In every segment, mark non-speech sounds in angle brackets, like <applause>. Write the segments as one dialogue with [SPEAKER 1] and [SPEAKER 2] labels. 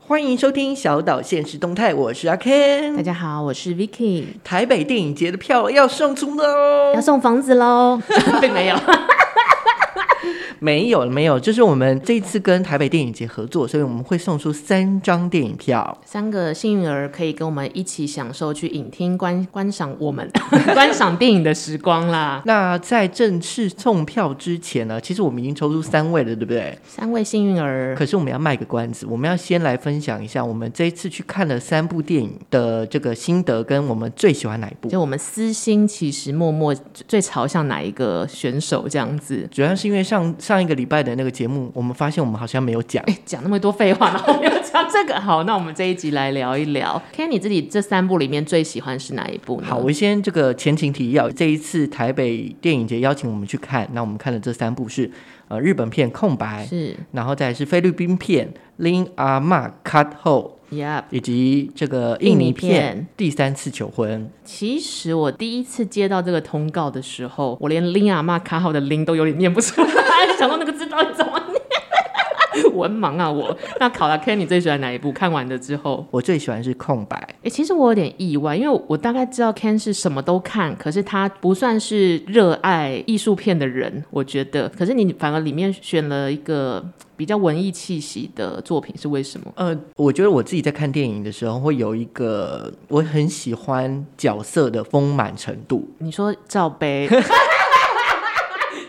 [SPEAKER 1] 欢迎收听小岛现实动态，我是阿 Ken。
[SPEAKER 2] 大家好，我是 Vicky，
[SPEAKER 1] 台北电影节的票要送出哦喽
[SPEAKER 2] 要！送房子喽， <laughs> 并没有，
[SPEAKER 1] 没有没有，就是我们这次跟台北电影节合作，所以我们会送出三张电影票。
[SPEAKER 2] 三个幸运儿可以跟我们一起享受去影厅观观赏我们 <laughs> 观赏电影的时光啦。
[SPEAKER 1] 那在正式送票之前呢，其实我们已经抽出三位了，对不对？
[SPEAKER 2] 三位幸运儿，
[SPEAKER 1] 可是我们要卖个关子，我们要先来分享一下我们这一次去看了三部电影的这个心得，跟我们最喜欢哪一部。
[SPEAKER 2] 就我们私心其实默默最朝向哪一个选手这样子。
[SPEAKER 1] 主要是因为上上一个礼拜的那个节目，我们发现我们好像没有讲。
[SPEAKER 2] 哎，讲那么多废话，然后没有讲 <laughs> 这个。好，那我们这一集来聊一聊。Ken，你自己这三部里面最喜欢是哪一部呢？
[SPEAKER 1] 好，我先这个前情提要，这一次台北电影节邀请我们去看，那我们看的这三部是呃日本片《空白》，
[SPEAKER 2] 是
[SPEAKER 1] 然后再来是菲律宾片《林阿玛 Cut Hole》，
[SPEAKER 2] ，Yep。
[SPEAKER 1] 以及这个印尼片《
[SPEAKER 2] 印尼片
[SPEAKER 1] 第三次求婚》。
[SPEAKER 2] 其实我第一次接到这个通告的时候，我连林阿玛卡好的林都有点念不出来， <laughs> 想到那个字到底怎么念，文盲啊我。那考拉 <laughs> Ken，你最喜欢哪一部？看完了之后，
[SPEAKER 1] 我最喜欢是《空白》，
[SPEAKER 2] 哎、其实我有点意外，因为我大概知道 Ken 是什么都看，可是他不算是热爱艺术片的人，我觉得。可是你反而里面选了一个比较文艺气息的作品，是为什么？
[SPEAKER 1] 呃，我觉得我自己在看电影的时候，会有一个我很喜欢角色的丰满程
[SPEAKER 2] <laughs>
[SPEAKER 1] 度。
[SPEAKER 2] 你说罩杯。 <laughs>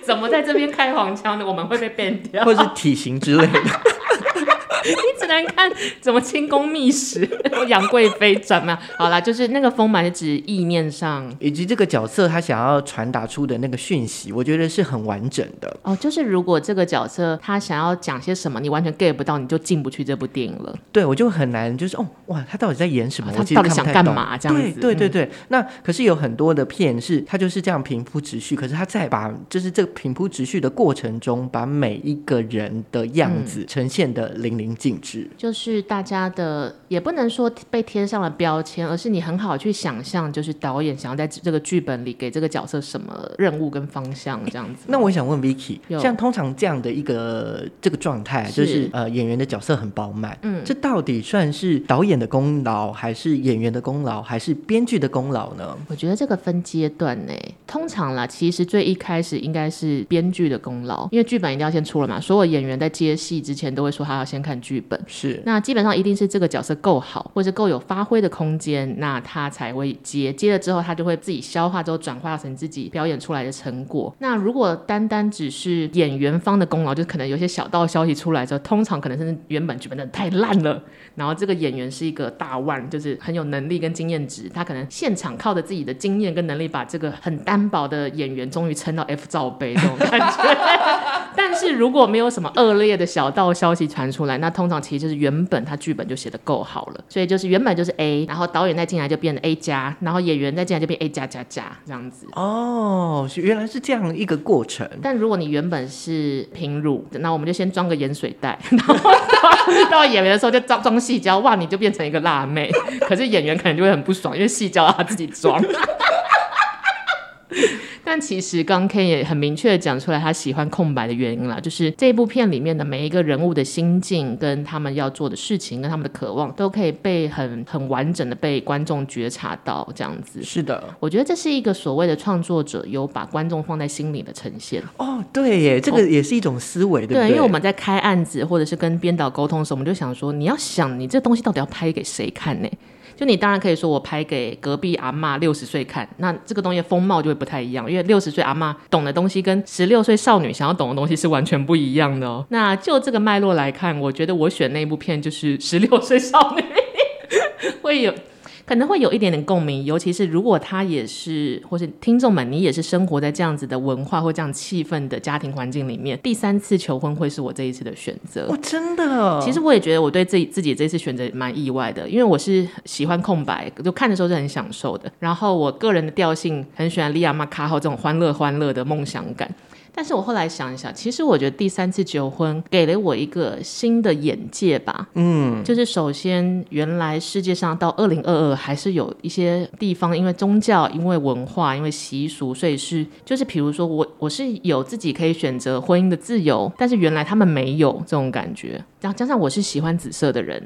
[SPEAKER 2] 怎么在这边开黄腔的？我们会被 ban 掉。
[SPEAKER 1] 或是体型之类的，
[SPEAKER 2] 你只能看怎么清宫秘史、 <laughs> 杨贵妃传嘛。好啦，就是那个丰满是指意念上
[SPEAKER 1] 以及这个角色他想要传达出的那个讯息，我觉得是很完整的。
[SPEAKER 2] 哦，就是如果这个角色他想要讲些什么，你完全 get 不到，你就进不去这部电影了。
[SPEAKER 1] 对，我就很难，就是哦，哇，他到底在演什么？
[SPEAKER 2] 哦
[SPEAKER 1] 我
[SPEAKER 2] 他
[SPEAKER 1] 其实
[SPEAKER 2] 到底
[SPEAKER 1] 看不
[SPEAKER 2] 想
[SPEAKER 1] 太
[SPEAKER 2] 干
[SPEAKER 1] 懂
[SPEAKER 2] 嘛这样子嗯
[SPEAKER 1] 对对对对。那可是有很多的片是，他就是这样平铺直叙，可是他在把就是这个平铺直叙的过程中，把每一个人的样
[SPEAKER 2] 嗯
[SPEAKER 1] 子呈现的淋漓尽致。
[SPEAKER 2] 就是大家的也不能说被贴上了标签，而是你很好去想象，就是导演想要在这个剧本里给这个角色什么任务跟方向这样子。
[SPEAKER 1] 那我想问 Vicky，
[SPEAKER 2] 有
[SPEAKER 1] 像通常这样的一个这个状态，就是
[SPEAKER 2] 是
[SPEAKER 1] 呃演员的角色很饱满，嗯，这到底算是导演的功劳，还是演员的功劳，还是编剧的功劳呢？
[SPEAKER 2] 我觉得这个分阶段呢，通常啦，其实最一开始应该是编剧的功劳，因为剧本一定要先出了嘛。所有演员在接戏之前都会说他要先看剧本。
[SPEAKER 1] 是
[SPEAKER 2] 那基本上一定是这个角色够好，或者够有发挥的空间，那他才会接。接了之后，他就会自己消化之后转化成自己表演出来的成果。那如果单单只是演员方的功劳，就可能有些小道消息出来之后，通常可能是原本剧本真的太烂了，然后这个演员是一个大腕，就是很有能力跟经验值，他可能现场靠着自己的经验跟能力，把这个很单薄的演员终于撑到 F 罩杯这种感觉。 <laughs> 但是如果没有什么恶劣的小道消息传出来，那通常其实就是原本他剧本就写的够好了，所以就是原本就是 A，然后导演再进来就变成 A 加，然后演员再进来就变 A 加加加这样子。
[SPEAKER 1] 哦，是原来是这样一个过程。
[SPEAKER 2] 但如果你原本是平乳，那我们就先装个盐水袋， <laughs> 然后到到演员的时候就装装细胶，哇，你就变成一个辣妹。 <laughs> 可是演员可能就会很不爽，因为细胶他自己装。 <laughs> 但其实刚 Ken 也很明确的讲出来他喜欢空白的原因啦，就是这部片里面的每一个人物的心境、跟他们要做的事情、跟他们的渴望，都可以被很很完整的被观众觉察到这样子。
[SPEAKER 1] 是的，
[SPEAKER 2] 我觉得这是一个所谓的创作者有把观众放在心里的呈现。
[SPEAKER 1] 哦，对耶，这个也是一种思维，对不对？
[SPEAKER 2] 因为我们在开案子或者是跟编导沟通的时候，我们就想说，你要想你这东西到底要拍给谁看呢？就你当然可以说我拍给隔壁阿嬷六十岁看，那这个东西的风貌就会不太一样，因为六十岁阿嬷懂的东西跟十六岁少女想要懂的东西是完全不一样的哦。那就这个脉络来看，我觉得我选那部片就是十六岁少女会有。可能会有一点点共鸣，尤其是如果他也是，或是听众们，你也是生活在这样子的文化或这样气氛的家庭环境里面，第三次求婚会是我这一次的选择。
[SPEAKER 1] 哦，真的，
[SPEAKER 2] 其实我也觉得我对自己自己这次选择蛮意外的，因为我是喜欢空白，就看的时候是很享受的。然后我个人的调性很喜欢利亚马卡号这种欢乐欢乐的梦想感。但是我后来想一想，其实我觉得第三次求婚给了我一个新的眼界吧。
[SPEAKER 1] 嗯，
[SPEAKER 2] 就是首先，原来世界上到二零二二还是有一些地方，因为宗教、因为文化、因为习俗，所以是就是比如说我我是有自己可以选择婚姻的自由，但是原来他们没有这种感觉。然后加上我是喜欢紫色的人，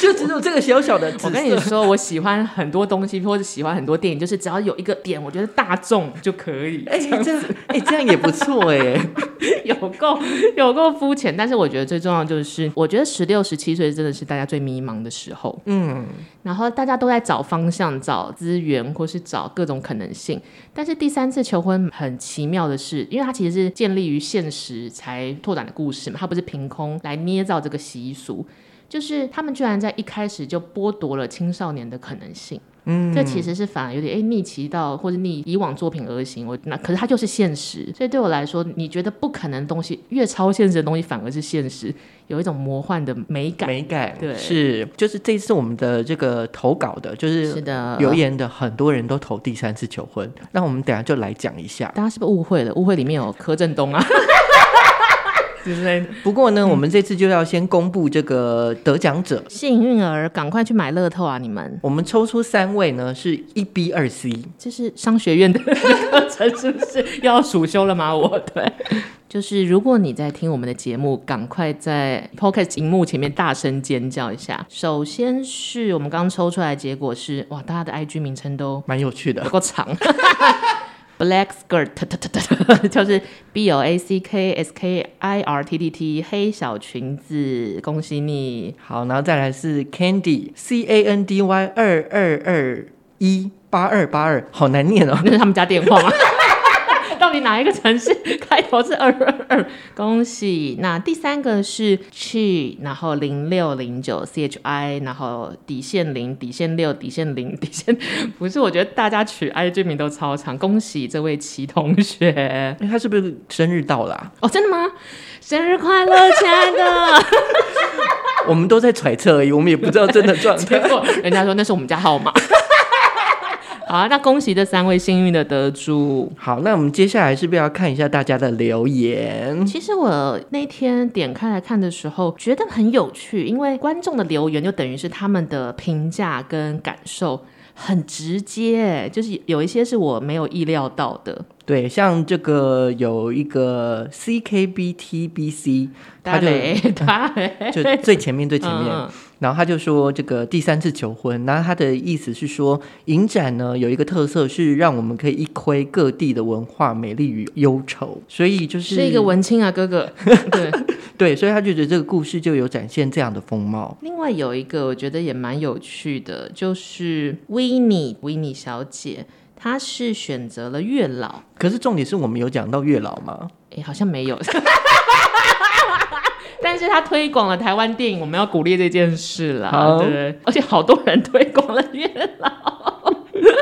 [SPEAKER 1] 就只有这个小小的紫色。
[SPEAKER 2] 我跟你说，我喜欢很多东西，或者喜欢很多电影，就是只要有一个点，我觉得大众就可以。
[SPEAKER 1] 哎、这样哎、这样也不错哎、
[SPEAKER 2] <laughs> 有够有够肤浅，但是我觉得最重要的就是，我觉得十六、十七岁真的是大家最迷茫的时候。嗯，然后大家都在找方向、找资源，或是找各种可能性。但是第三次求婚很奇妙的是，因为它其实是建立于现实才拓展的故事嘛，它不是凭空来捏造这个习俗。就是他们居然在一开始就剥夺了青少年的可能性。这其实是反而有点哎逆其道或者逆以往作品而行，我那可是它就是现实，所以对我来说，你觉得不可能的东西，越超现实的东西反而是现实，有一种魔幻的美感。
[SPEAKER 1] 美感
[SPEAKER 2] 对
[SPEAKER 1] 是，就是这一次我们的这个投稿的，就是
[SPEAKER 2] 是呃的，
[SPEAKER 1] 留言的很多人都投第三次求婚，那我们等一下就来讲一下。
[SPEAKER 2] 大家是不是误会了？误会里面有柯震东啊 <laughs> 之类的。
[SPEAKER 1] 不过呢，我们这次就要先公布这个得奖者，
[SPEAKER 2] 幸运儿，赶快去买乐透啊！你们
[SPEAKER 1] 我们抽出三位呢是一 B 二 C，
[SPEAKER 2] 这是商学院的课程是不是又要暑修了吗？我对，就是如果你在听我们的节目，赶快在 Podcast 荧幕前面大声尖叫一下。首先是我们刚抽出来的结果是，哇，大家的 IG 名称都
[SPEAKER 1] 蛮有趣的
[SPEAKER 2] 不。够长。Black skirt，t- <laughs> t- t- t- 就是 B L A C K S K I R T T T 黑小裙子，恭喜你！ <laughs>
[SPEAKER 1] 好，然后再来是 Candy C A N D Y 二二二一八二八二，好难念哦。 <laughs>
[SPEAKER 2] 那是他们家电话吗？ <laughs> 到底哪一个城市开头是二二二？恭喜！那第三个是 chi，然后零六零九 c h i，然后底线零、底线六、底线零、底线， <laughs> 不是？我觉得大家取 i g 名都超长。恭喜这位齐同学！
[SPEAKER 1] 哎他是不是生日到了啊、
[SPEAKER 2] 哦，真的吗？生日快乐，亲爱的！
[SPEAKER 1] 我们都在揣测而已，我们也不知道真的状
[SPEAKER 2] 结
[SPEAKER 1] 态。
[SPEAKER 2] <laughs> 果人家说那是我们家号码。好、啊，那恭喜这三位幸运的得主。
[SPEAKER 1] 好，那我们接下来是不是要看一下大家的留言？
[SPEAKER 2] 其实我那天点开来看的时候，觉得很有趣，因为观众的留言就等于是他们的评价跟感受很直接，就是有一些是我没有意料到的。
[SPEAKER 1] 对，像这个有一个 C K B T B C，他
[SPEAKER 2] 大
[SPEAKER 1] 就
[SPEAKER 2] 雷，大雷，
[SPEAKER 1] 就最前面最前面，
[SPEAKER 2] 嗯嗯
[SPEAKER 1] 然后他就说这个第三次求婚，然后他的意思是说，影展呢有一个特色是让我们可以一窥各地的文化美丽与忧愁，所以就是
[SPEAKER 2] 是一个文青啊，哥哥。对，
[SPEAKER 1] 对，所以他就觉得这个故事就有展现这样的风貌。
[SPEAKER 2] 另外有一个我觉得也蛮有趣的，就是维尼维尼小姐，她是选择了月老，
[SPEAKER 1] 可是重点是我们有讲到月老吗？
[SPEAKER 2] 诶，好像没有， <laughs> 但是她推广了台湾电影，我们要鼓励这件事啦，
[SPEAKER 1] 好
[SPEAKER 2] 对，而且好多人推广了月老， <laughs>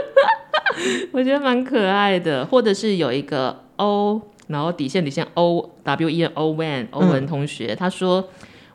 [SPEAKER 2] 我觉得蛮可爱的，或者是有一个 O，然后底线底线 O W E N O N 欧文同学，他说。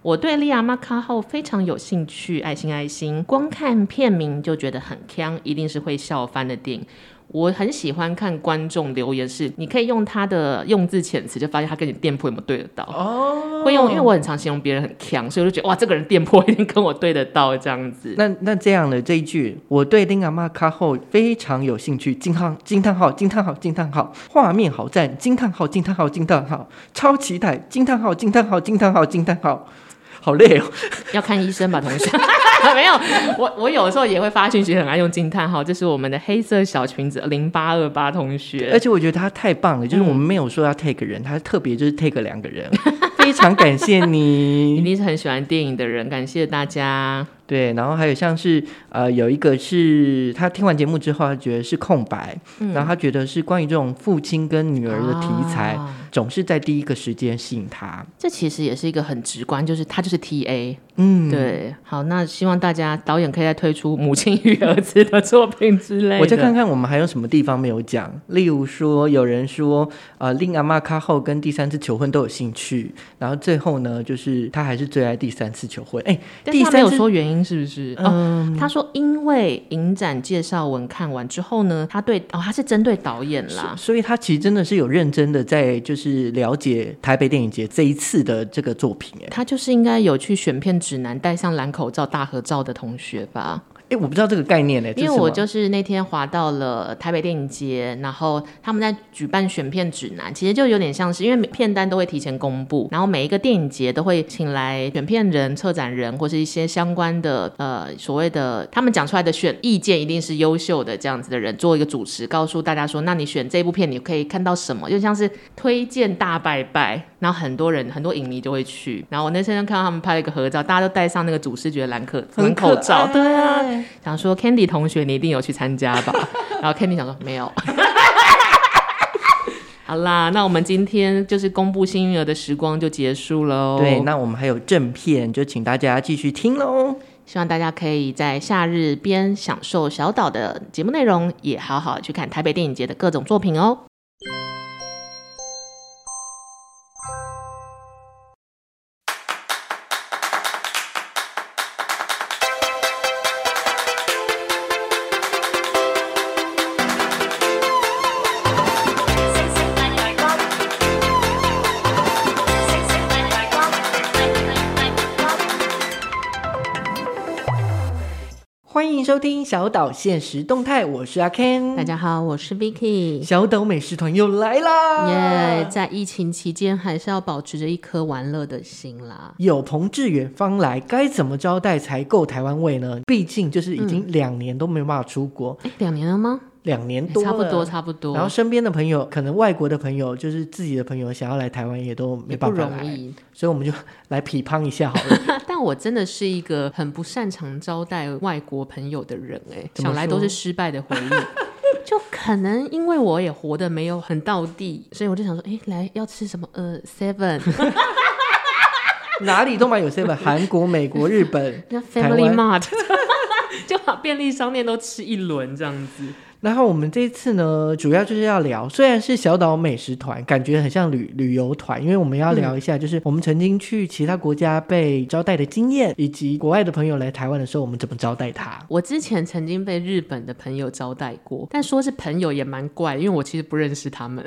[SPEAKER 2] 我对利亚马卡号非常有兴趣，爱心爱心，光看片名就觉得很强，一定是会笑翻的电影。我很喜欢看观众留言是，你可以用他的用字遣词，就发现他跟你店铺有没有对得到。哦，会用，因为我很常形容别人很强，所以我就觉得哇，这个人店铺一定跟我对得到这样子。
[SPEAKER 1] 那那这样的这一句，我对丁阿玛卡后非常有兴趣，惊叹惊叹号惊叹号惊叹号，画面好赞，惊叹号惊叹号惊叹号，超期待，惊叹号惊叹号惊叹号惊叹号，好累哦。
[SPEAKER 2] 要看医生吧，同学。 <laughs> 没有，我我有时候也会发讯息，很爱用惊叹号，这是我们的黑色小裙子零八二八同学
[SPEAKER 1] 而。且我觉得他太棒
[SPEAKER 2] 嗯
[SPEAKER 1] 了，就是我们没有说要 take 人，他特别就是 take 两个人， <laughs> 非常感谢
[SPEAKER 2] <laughs> 一
[SPEAKER 1] 你。
[SPEAKER 2] 定是很喜欢电影的人，感谢大家。
[SPEAKER 1] 对，然后还有像是呃，有一个是他听完节目之后，他觉得是空白，
[SPEAKER 2] 嗯
[SPEAKER 1] 然后他觉得是关于这种父亲跟女儿的题材，
[SPEAKER 2] 啊
[SPEAKER 1] 总是在第一个时间吸引他。
[SPEAKER 2] 这其实也是一个很直观，就是他就是 T A，、
[SPEAKER 1] 嗯，
[SPEAKER 2] 对，好，那希望大家导演可以再推出母亲与儿子的作品之类的。
[SPEAKER 1] 我再看看我们还有什么地方没有讲，例如说有人说，呃，令阿妈卡后跟第三次求婚都有兴趣，然后最后呢，就是他还是最爱第三次求婚。哎、
[SPEAKER 2] 但
[SPEAKER 1] 第
[SPEAKER 2] 是他没
[SPEAKER 1] 三
[SPEAKER 2] 有
[SPEAKER 1] 次
[SPEAKER 2] 说原因音是不是？哦，
[SPEAKER 1] 嗯，
[SPEAKER 2] 他说，因为影展介绍文看完之后呢，他对哦，他是针对导演啦，
[SPEAKER 1] 所以他其实真的是有认真的在就是了解台北电影节这一次的这个作品，哎
[SPEAKER 2] 他就是应该有去选片指南戴上蓝口罩大合照的同学吧，
[SPEAKER 1] 哎，我不知道这个概念哎，这
[SPEAKER 2] 因为
[SPEAKER 1] 是
[SPEAKER 2] 我
[SPEAKER 1] 什么
[SPEAKER 2] 就是那天滑到了台北电影节，然后他们在举办选片指南，其实就有点像是因为片单都会提前公布，然后每一个电影节都会请来选片人、策展人或是一些相关的呃所谓的他们讲出来的选意见一定是优秀的这样子的人做一个主持，告诉大家说，那你选这部片你可以看到什么，就像是推荐大拜拜，然后很多人很多影迷就会去，然后我那天看到他们拍了一个合照，大家都戴上那个主视觉蓝口蓝
[SPEAKER 1] 很可
[SPEAKER 2] 口罩，对啊，
[SPEAKER 1] 爱
[SPEAKER 2] 想说 Candy 同学，你一定有去参加
[SPEAKER 1] <laughs>
[SPEAKER 2] 吧？然后 Candy 想说没有。 <laughs> 好啦，那我们今天就是公布幸运儿的时光就结束喽。
[SPEAKER 1] 对，那我们还有正片，就请大家继续听喽。
[SPEAKER 2] 希望大家可以在夏日边享受小岛的节目内容，也好好去看台北电影节的各种作品哦。
[SPEAKER 3] 星星大大光，星星大大光，大大光。
[SPEAKER 1] 欢迎收听小岛现实动态，我是阿 Ken，
[SPEAKER 2] 大家好，我是 Vicky，耶
[SPEAKER 1] 小岛美食团又来啦！
[SPEAKER 2] 在疫情期间还是要保持着一颗玩乐的心啦。
[SPEAKER 1] 有朋自远方来，该怎么招待才够台湾味呢？毕竟就是已
[SPEAKER 2] 嗯
[SPEAKER 1] 经两年都没有办法出国，
[SPEAKER 2] 哎，两年了吗？
[SPEAKER 1] 两年多了
[SPEAKER 2] 哎差不多，。差不多。
[SPEAKER 1] 然后身边的朋友，可能外国的朋友，就是自己的朋友，想要来台湾也都没
[SPEAKER 2] 也不
[SPEAKER 1] 办法
[SPEAKER 2] 容
[SPEAKER 1] 来，
[SPEAKER 2] 易，
[SPEAKER 1] 所以我们就来批判一下好了。 <laughs>
[SPEAKER 2] 但我真的是一个很不擅长招待外国朋友的人、哎，
[SPEAKER 1] 怎么
[SPEAKER 2] 想来都是失败的回忆。 <laughs> 就可能因为我也活得没有很到地，所以我就想说，哎、来要吃什么？呃，Seven，
[SPEAKER 1] <laughs> 哪里都蛮有 seven，韩国、美国、日本
[SPEAKER 2] 那、
[SPEAKER 1] 台
[SPEAKER 2] Family
[SPEAKER 1] 湾
[SPEAKER 2] Mart，就把便利商店都吃一轮这样子。
[SPEAKER 1] 然后我们这一次呢，主要就是要聊，虽然是小岛美食团，感觉很像旅旅游团，因为我们要聊一下，就是我们曾经去其他国家被招待的经验，以及国外的朋友来台湾的时候，我们怎么招待他。
[SPEAKER 2] 我之前曾经被日本的朋友招待过，但说是朋友也蛮怪，因为我其实不认识他们。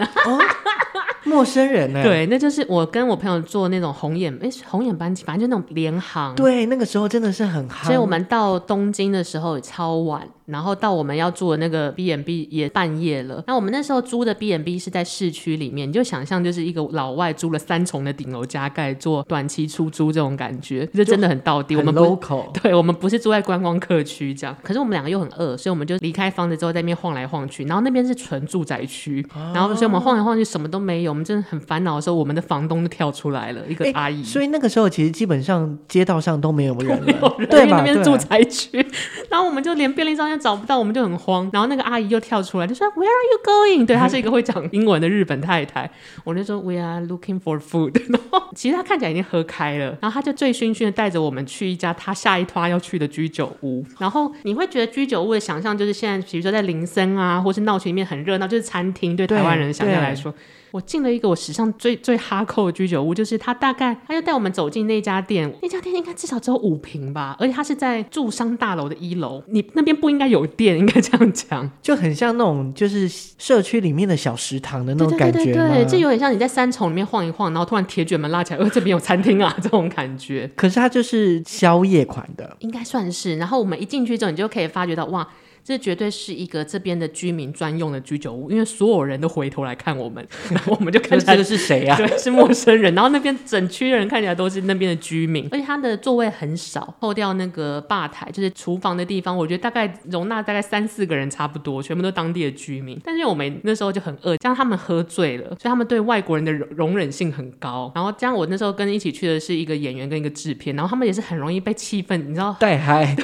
[SPEAKER 1] 陌生人呢、
[SPEAKER 2] <laughs> 对，那就是我跟我朋友做那种红眼，哎、是红眼班机，反正就那种联啊航。
[SPEAKER 1] 对，那个时候真的是很夯，
[SPEAKER 2] 所以我们到东京的时候也超晚，然后到我们要住的那个 B n B 也半夜了。那我们那时候租的 B n B 是在市区里面，你就想象就是一个老外租了三重的顶楼加盖做短期出租这种感觉，这真的很到底。我
[SPEAKER 1] 很
[SPEAKER 2] 们不。
[SPEAKER 1] local。
[SPEAKER 2] 对，我们不是住在观光客区这样，可是我们两个又很饿，所以我们就离开房子之后在那边晃来晃去，然后那边是纯住宅区，
[SPEAKER 1] 哦
[SPEAKER 2] 然后所以我们晃来晃去什么都没有，我们真的很烦恼的时候，我们的房东就跳出来了，一个
[SPEAKER 1] 诶
[SPEAKER 2] 阿姨。
[SPEAKER 1] 所以那个时候其实基本上街道上都没有人了，
[SPEAKER 2] 对
[SPEAKER 1] 对
[SPEAKER 2] 因为那
[SPEAKER 1] 吧？
[SPEAKER 2] 边
[SPEAKER 1] 对
[SPEAKER 2] 是
[SPEAKER 1] 啊
[SPEAKER 2] 住宅区， <laughs> 然后我们就连便利商店找不到，我们就很慌。然后那个阿姨又跳出来，就说 Where are you going？对，她是
[SPEAKER 1] <laughs>
[SPEAKER 2] 一个会讲英文的日本太太。我就说 We are looking for food。然 <laughs> 后其实她看起来已经喝开了，然后她就醉醺醺的带着我们去一家她下一趴要去的居酒屋。然后你会觉得居酒屋的想象就是现在，比如说在林森啊，或是闹区里面很热闹，就是餐厅对
[SPEAKER 1] 对
[SPEAKER 2] 台湾人的想象
[SPEAKER 1] 对
[SPEAKER 2] 来说。我进了一个我史上最最哈扣的居酒屋，就是他大概他就带我们走进那家店，那家店应该至少只有五平吧，而且它是在住商大楼的一楼，你那边不应该有店，应该这样讲。
[SPEAKER 1] 啊就很像那种就是社区里面的小食堂的那
[SPEAKER 2] 对
[SPEAKER 1] 种
[SPEAKER 2] 对
[SPEAKER 1] 感
[SPEAKER 2] 对
[SPEAKER 1] 觉
[SPEAKER 2] 对
[SPEAKER 1] 吗
[SPEAKER 2] 对，这有点像你在三重里面晃一晃，然后突然铁卷门拉起来，呃，这边有餐厅啊，这种感觉。
[SPEAKER 1] 可是它就是宵夜款的，
[SPEAKER 2] 应该算是。然后我们一进去之后，你就可以发觉到，哇，这绝对是一个这边的居民专用的居酒屋，因为所有人都回头来看我们，然后我
[SPEAKER 1] <laughs>
[SPEAKER 2] 们就看起
[SPEAKER 1] 这
[SPEAKER 2] 来
[SPEAKER 1] 个是谁啊
[SPEAKER 2] <laughs>
[SPEAKER 1] 呀、
[SPEAKER 2] 对，是陌生人。然后那边整区的人看起来都是那边的居民，而且他的座位很少，后掉那个吧台就是厨房的地方，我觉得大概容纳大概三四个人差不多，全部都当地的居民。但是我们那时候就很饿，加上他们喝醉了，所以他们对外国人的容容忍性很高。然后加上我那时候跟一起去的是一个演员跟一个制片，然后他们也是很容易被气氛，你知道
[SPEAKER 1] 带嗨，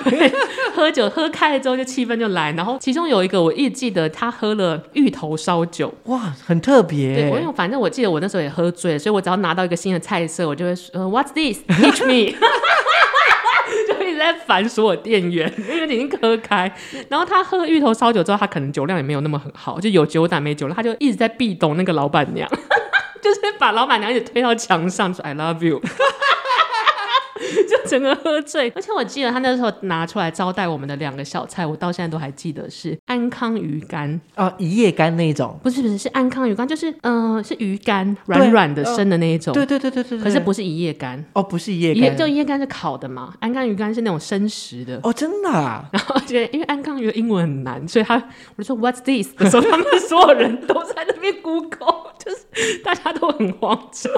[SPEAKER 2] 喝酒喝开了之后就气氛就来，然后其中有一个我一直记得他喝了芋头烧酒，
[SPEAKER 1] 哇，很特别
[SPEAKER 2] 对，
[SPEAKER 1] 欸。
[SPEAKER 2] 我因为反正我记得我那时候也喝醉了，所以我只要拿到一个新的菜色，我就会说、呃、What's this? Teach me 。 <laughs> 就一直在烦所有店员， <laughs> 因为已经喝开。然后他喝芋头烧酒之后，他可能酒量也没有那么很好，就有酒胆没酒量，他就一直在壁咚那个老 <laughs> 板娘，就是把老板娘一直推到墙上，说 I love you。 <laughs> 就整个喝醉。而且我记得他那时候拿出来招待我们的两个小菜，我到现在都还记得是安康鱼干，
[SPEAKER 1] 啊，一夜干那一种。
[SPEAKER 2] 不是不是是安康鱼干，就是嗯、呃是鱼干
[SPEAKER 1] 对
[SPEAKER 2] 软软的
[SPEAKER 1] 呃
[SPEAKER 2] 生的那一种，
[SPEAKER 1] 对对对对对对。
[SPEAKER 2] 可是不是一夜干。
[SPEAKER 1] 哦，不是一夜
[SPEAKER 2] 一
[SPEAKER 1] 干，
[SPEAKER 2] 夜就一夜干是烤的嘛，安康鱼干是那种生食的。
[SPEAKER 1] 哦，真的啊，
[SPEAKER 2] 然后觉得因为安康鱼的英文很难，所以他我就说 What's this 的时候，他们所有人都在那边 Google，就是 <laughs> 大家都很慌张。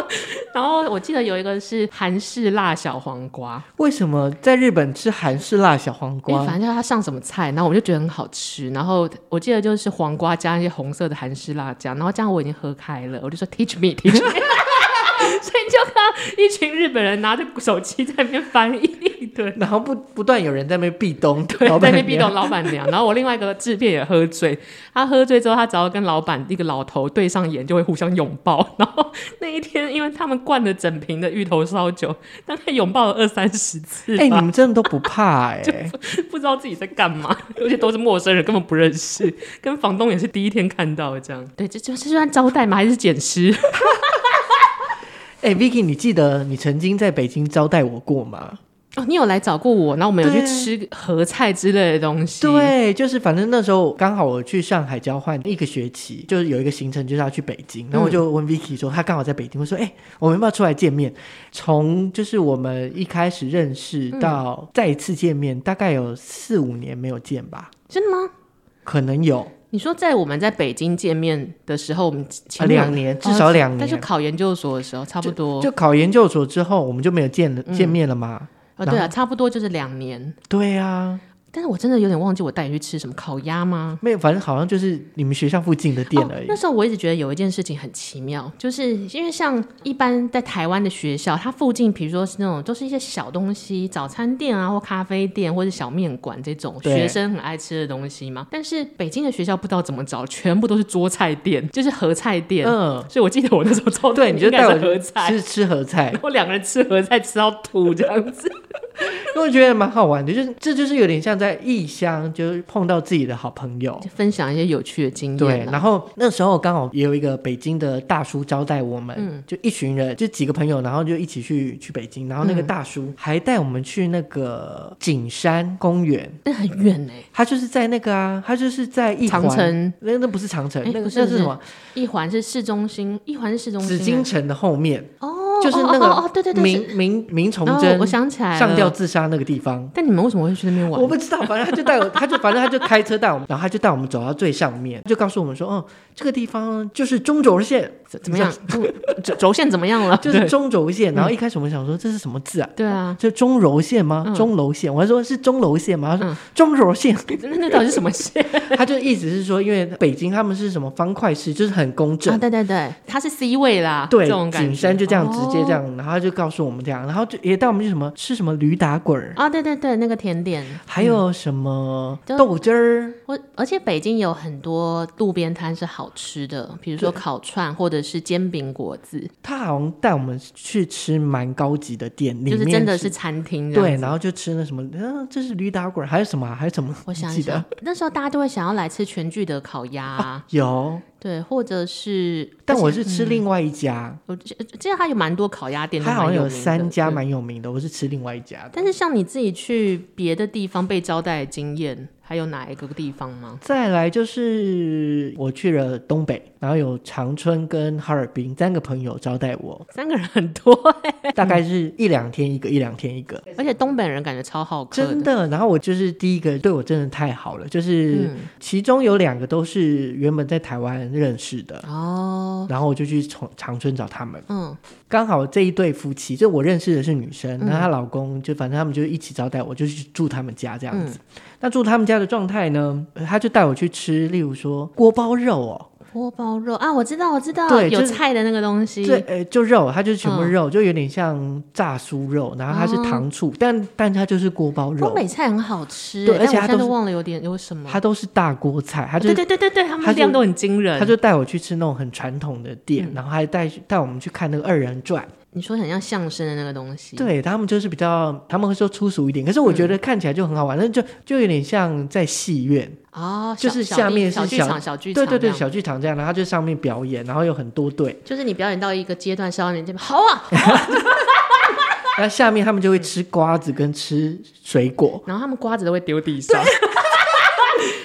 [SPEAKER 2] <laughs> 然后我记得有一个是韩式辣小黄瓜，
[SPEAKER 1] 为什么在日本吃韩式辣小黄
[SPEAKER 2] 因为
[SPEAKER 1] 瓜？
[SPEAKER 2] 反正就是他上什么菜，然后我就觉得很好吃。然后我记得就是黄瓜加一些红色的韩式辣酱，然后这样我已经喝开了，我就说 <laughs> Teach me, teach me。所以就看到一群日本人拿着手机在那边翻译一堆。
[SPEAKER 1] 然后不不断有人在那边壁咚，
[SPEAKER 2] 对，
[SPEAKER 1] 老
[SPEAKER 2] 在
[SPEAKER 1] 板
[SPEAKER 2] 那边逼
[SPEAKER 1] 娘
[SPEAKER 2] 懂老板娘。然后我另外一个制片也喝醉，他喝醉之后，他只要跟老板一个老头对上眼，就会互相拥抱。然后那一天，因为他们灌了整瓶的芋头烧酒，大概拥抱了二三十次
[SPEAKER 1] 哎、
[SPEAKER 2] 吧，
[SPEAKER 1] 你们真的都不怕
[SPEAKER 2] <laughs>
[SPEAKER 1] 哎、
[SPEAKER 2] 不知道自己在干嘛， <laughs> 而且都是陌生人，根本不认识，跟房东也是第一天看到的这样。对，这这这算招待吗？还是捡尸？ <laughs>
[SPEAKER 1] 哎、v i c k y 你记得你曾经在北京招待我过吗？
[SPEAKER 2] 哦，你有来找过我，然后我们有去
[SPEAKER 1] 对
[SPEAKER 2] 吃合菜之类的东西。。
[SPEAKER 1] 对，就是反正那时候刚好我去上海交换一个学期，就是有一个行程就是要去北京，然后我
[SPEAKER 2] 嗯
[SPEAKER 1] 就问 Vicky 说，他刚好在北京，我说，哎、我们要不要出来见面？从就是我们一开始认识
[SPEAKER 2] 嗯
[SPEAKER 1] 到再一次见面，大概有四五年没有见吧，
[SPEAKER 2] 真的吗？
[SPEAKER 1] 可能有
[SPEAKER 2] 你说在我们在北京见面的时候，我们
[SPEAKER 1] 呃
[SPEAKER 2] 前面有
[SPEAKER 1] 两年，至少两
[SPEAKER 2] 但
[SPEAKER 1] 年。
[SPEAKER 2] 是考研究所的时候差不多
[SPEAKER 1] 就考研究所之后，我们就没有见
[SPEAKER 2] 嗯
[SPEAKER 1] 了、见面了嘛？
[SPEAKER 2] 啊，对啊，差不多就是两年。
[SPEAKER 1] 对啊，
[SPEAKER 2] 但是我真的有点忘记我带你去吃什么烤鸭吗？
[SPEAKER 1] 没有，反正好像就是你们学校附近的店而
[SPEAKER 2] 哦
[SPEAKER 1] 已。。
[SPEAKER 2] 那时候我一直觉得有一件事情很奇妙，就是因为像一般在台湾的学校，它附近比如说是那种都是一些小东西，早餐店啊，或咖啡店，或者小面馆这种
[SPEAKER 1] 对
[SPEAKER 2] 学生很爱吃的东西嘛。但是北京的学校不知道怎么找，全部都是桌菜店，就是合
[SPEAKER 1] <laughs>
[SPEAKER 2] 菜店。
[SPEAKER 1] 嗯，
[SPEAKER 2] 所以我记得我那时候招
[SPEAKER 1] 对，
[SPEAKER 2] 待
[SPEAKER 1] 你就
[SPEAKER 2] 应该
[SPEAKER 1] 带我
[SPEAKER 2] 是合菜，
[SPEAKER 1] 吃吃合菜 <laughs>
[SPEAKER 2] 然，后两个人吃合菜吃到吐这样子。
[SPEAKER 1] 因为我觉得蛮好玩的，就是这就是有点像在异乡，就是碰到自己的好朋友。
[SPEAKER 2] 就分享一些有趣的经
[SPEAKER 1] 对
[SPEAKER 2] 验，啦。
[SPEAKER 1] 然后那时候刚好也有一个北京的大叔招待我们，
[SPEAKER 2] 嗯
[SPEAKER 1] 就一群人，就几个朋友，然后就一起去去北京，然后那
[SPEAKER 2] 嗯
[SPEAKER 1] 个大叔还带我们去那个景山公园，
[SPEAKER 2] 那很远呢、
[SPEAKER 1] 他就是在那个啊，他就是在一环
[SPEAKER 2] 长城
[SPEAKER 1] 那那不是长城，
[SPEAKER 2] 哎
[SPEAKER 1] 那个
[SPEAKER 2] 不是
[SPEAKER 1] 那
[SPEAKER 2] 不
[SPEAKER 1] 是
[SPEAKER 2] 是
[SPEAKER 1] 什么？
[SPEAKER 2] 一环是市中心，一环是市中心、
[SPEAKER 1] 紫禁
[SPEAKER 2] 欸
[SPEAKER 1] 城的后面，
[SPEAKER 2] 哦，
[SPEAKER 1] 就是
[SPEAKER 2] 哦
[SPEAKER 1] 那
[SPEAKER 2] 哦哦哦
[SPEAKER 1] 个
[SPEAKER 2] 对对对，是
[SPEAKER 1] 明明明崇
[SPEAKER 2] 哦
[SPEAKER 1] 祯
[SPEAKER 2] 我想起来了
[SPEAKER 1] 上吊。自杀那个地方。
[SPEAKER 2] 但你们为什么会去那边玩
[SPEAKER 1] 我？不知道，反正他就带我， <laughs> 他就反正他就开车带我们，然后他就带我们走到最上面，就告诉我们说，哦，这个地方就是中轴线，
[SPEAKER 2] 怎怎么样？不轴轴线怎么样 <laughs> 了？
[SPEAKER 1] 就是中轴线。
[SPEAKER 2] 嗯
[SPEAKER 1] 然后一开始我们想说这是什么字啊？
[SPEAKER 2] 对啊，
[SPEAKER 1] 这中柔线吗？
[SPEAKER 2] 嗯
[SPEAKER 1] 中轴线？我还说是中轴线吗？他说
[SPEAKER 2] 嗯
[SPEAKER 1] 中轴线， <laughs>
[SPEAKER 2] 那那到底是什么线
[SPEAKER 1] 他就意思是说，因为北京他们是什么方块式，就是很工整
[SPEAKER 2] 啊？。对对对，它是 C 位啦，
[SPEAKER 1] 对
[SPEAKER 2] 这种，感觉。
[SPEAKER 1] 景山就这样直接这样
[SPEAKER 2] 哦，
[SPEAKER 1] 然后他就告诉我们这样，然后就也带我们去什么吃什么驴打滚儿，
[SPEAKER 2] 啊，对对对，那个甜点
[SPEAKER 1] 还有什么
[SPEAKER 2] 就
[SPEAKER 1] 豆汁儿，
[SPEAKER 2] 我而且北京有很多路边摊是好吃的，比如说
[SPEAKER 1] 对
[SPEAKER 2] 烤串或者是煎饼果子，
[SPEAKER 1] 他好像带我们去吃蛮高级的店，里
[SPEAKER 2] 就
[SPEAKER 1] 面
[SPEAKER 2] 是真的是餐厅这样
[SPEAKER 1] 对，
[SPEAKER 2] 子
[SPEAKER 1] 然后就吃那什么，嗯、这是驴打滚儿，还有什么啊，还有什么？
[SPEAKER 2] 我想
[SPEAKER 1] 你
[SPEAKER 2] 一
[SPEAKER 1] 记得
[SPEAKER 2] 想，那时候大家都会想要来吃全聚德烤鸭、 <laughs> 啊，
[SPEAKER 1] 有，
[SPEAKER 2] 对，或者是，
[SPEAKER 1] 但我
[SPEAKER 2] 而且
[SPEAKER 1] 是吃另外一家，
[SPEAKER 2] 我记记得它有蛮多烤鸭嗯店，
[SPEAKER 1] 它好像有三家
[SPEAKER 2] 蛮有名
[SPEAKER 1] 蛮有名
[SPEAKER 2] 的。嗯
[SPEAKER 1] 的，我是吃另外一家的。
[SPEAKER 2] 但是像你自己去别的地方被招待的经验，还有哪一个地方吗？
[SPEAKER 1] 再来就是我去了东北，然后有长春跟哈尔滨三个朋友招待
[SPEAKER 2] <laughs>
[SPEAKER 1] 我，
[SPEAKER 2] 三个人很多、
[SPEAKER 1] 大概是一两天一个，一两天
[SPEAKER 2] <laughs>
[SPEAKER 1] 一个，
[SPEAKER 2] 而且东北人感觉超好客
[SPEAKER 1] 真的。然后我就是第一个对我真的太好了，就是
[SPEAKER 2] 嗯
[SPEAKER 1] 其中有两个都是原本在台湾认识的，
[SPEAKER 2] 哦，
[SPEAKER 1] 然后我就去从长春找他们。
[SPEAKER 2] 嗯，
[SPEAKER 1] 刚好这一对夫妻，就我认识的是女生，那、她老公就反正他们就一起招待我，就去住他们家这样子。
[SPEAKER 2] 嗯
[SPEAKER 1] 那住他们家的状态呢，呃他就带我去吃，例如说锅包肉哦，
[SPEAKER 2] 锅包肉啊，我知道，我知道，
[SPEAKER 1] 对就
[SPEAKER 2] 有
[SPEAKER 1] 是
[SPEAKER 2] 菜的那个东西，
[SPEAKER 1] 这呃就肉，它就是全部
[SPEAKER 2] 嗯
[SPEAKER 1] 肉，就有点像炸酥肉，然后它是糖醋，但但它就是锅包
[SPEAKER 2] 东
[SPEAKER 1] 肉，
[SPEAKER 2] 北菜很好吃、
[SPEAKER 1] 对
[SPEAKER 2] 但
[SPEAKER 1] 而且
[SPEAKER 2] 我
[SPEAKER 1] 它
[SPEAKER 2] 现在
[SPEAKER 1] 都
[SPEAKER 2] 都
[SPEAKER 1] 是
[SPEAKER 2] 忘了有点有什么。
[SPEAKER 1] 它都是大锅菜，它就
[SPEAKER 2] 哦对对对对对，他们
[SPEAKER 1] 它
[SPEAKER 2] 的
[SPEAKER 1] 就
[SPEAKER 2] 量都很惊人。
[SPEAKER 1] 他就带我去吃那种很传统的店，
[SPEAKER 2] 嗯
[SPEAKER 1] 然后还带带我们去看那个二人转。
[SPEAKER 2] 你说很像相声的那个东西，
[SPEAKER 1] 对他们就是比较，他们会说粗俗一点，可是我觉
[SPEAKER 2] 嗯
[SPEAKER 1] 得看起来就很好玩，那就就有点像在戏院，
[SPEAKER 2] 哦，
[SPEAKER 1] 就
[SPEAKER 2] 小
[SPEAKER 1] 是
[SPEAKER 2] 小
[SPEAKER 1] 下
[SPEAKER 2] 地
[SPEAKER 1] 面
[SPEAKER 2] 小
[SPEAKER 1] 是
[SPEAKER 2] 剧
[SPEAKER 1] 小
[SPEAKER 2] 场、小剧场
[SPEAKER 1] 对
[SPEAKER 2] 这样，
[SPEAKER 1] 对对，小剧场这样，然后就上面表
[SPEAKER 2] <laughs>
[SPEAKER 1] 演，然后有很多队，
[SPEAKER 2] 就是你表演到一个阶段，稍微你这边好啊，
[SPEAKER 1] 哎、那下面他们就会吃瓜子跟吃水果，
[SPEAKER 2] 然后他们瓜子都会丢地 <laughs> 上。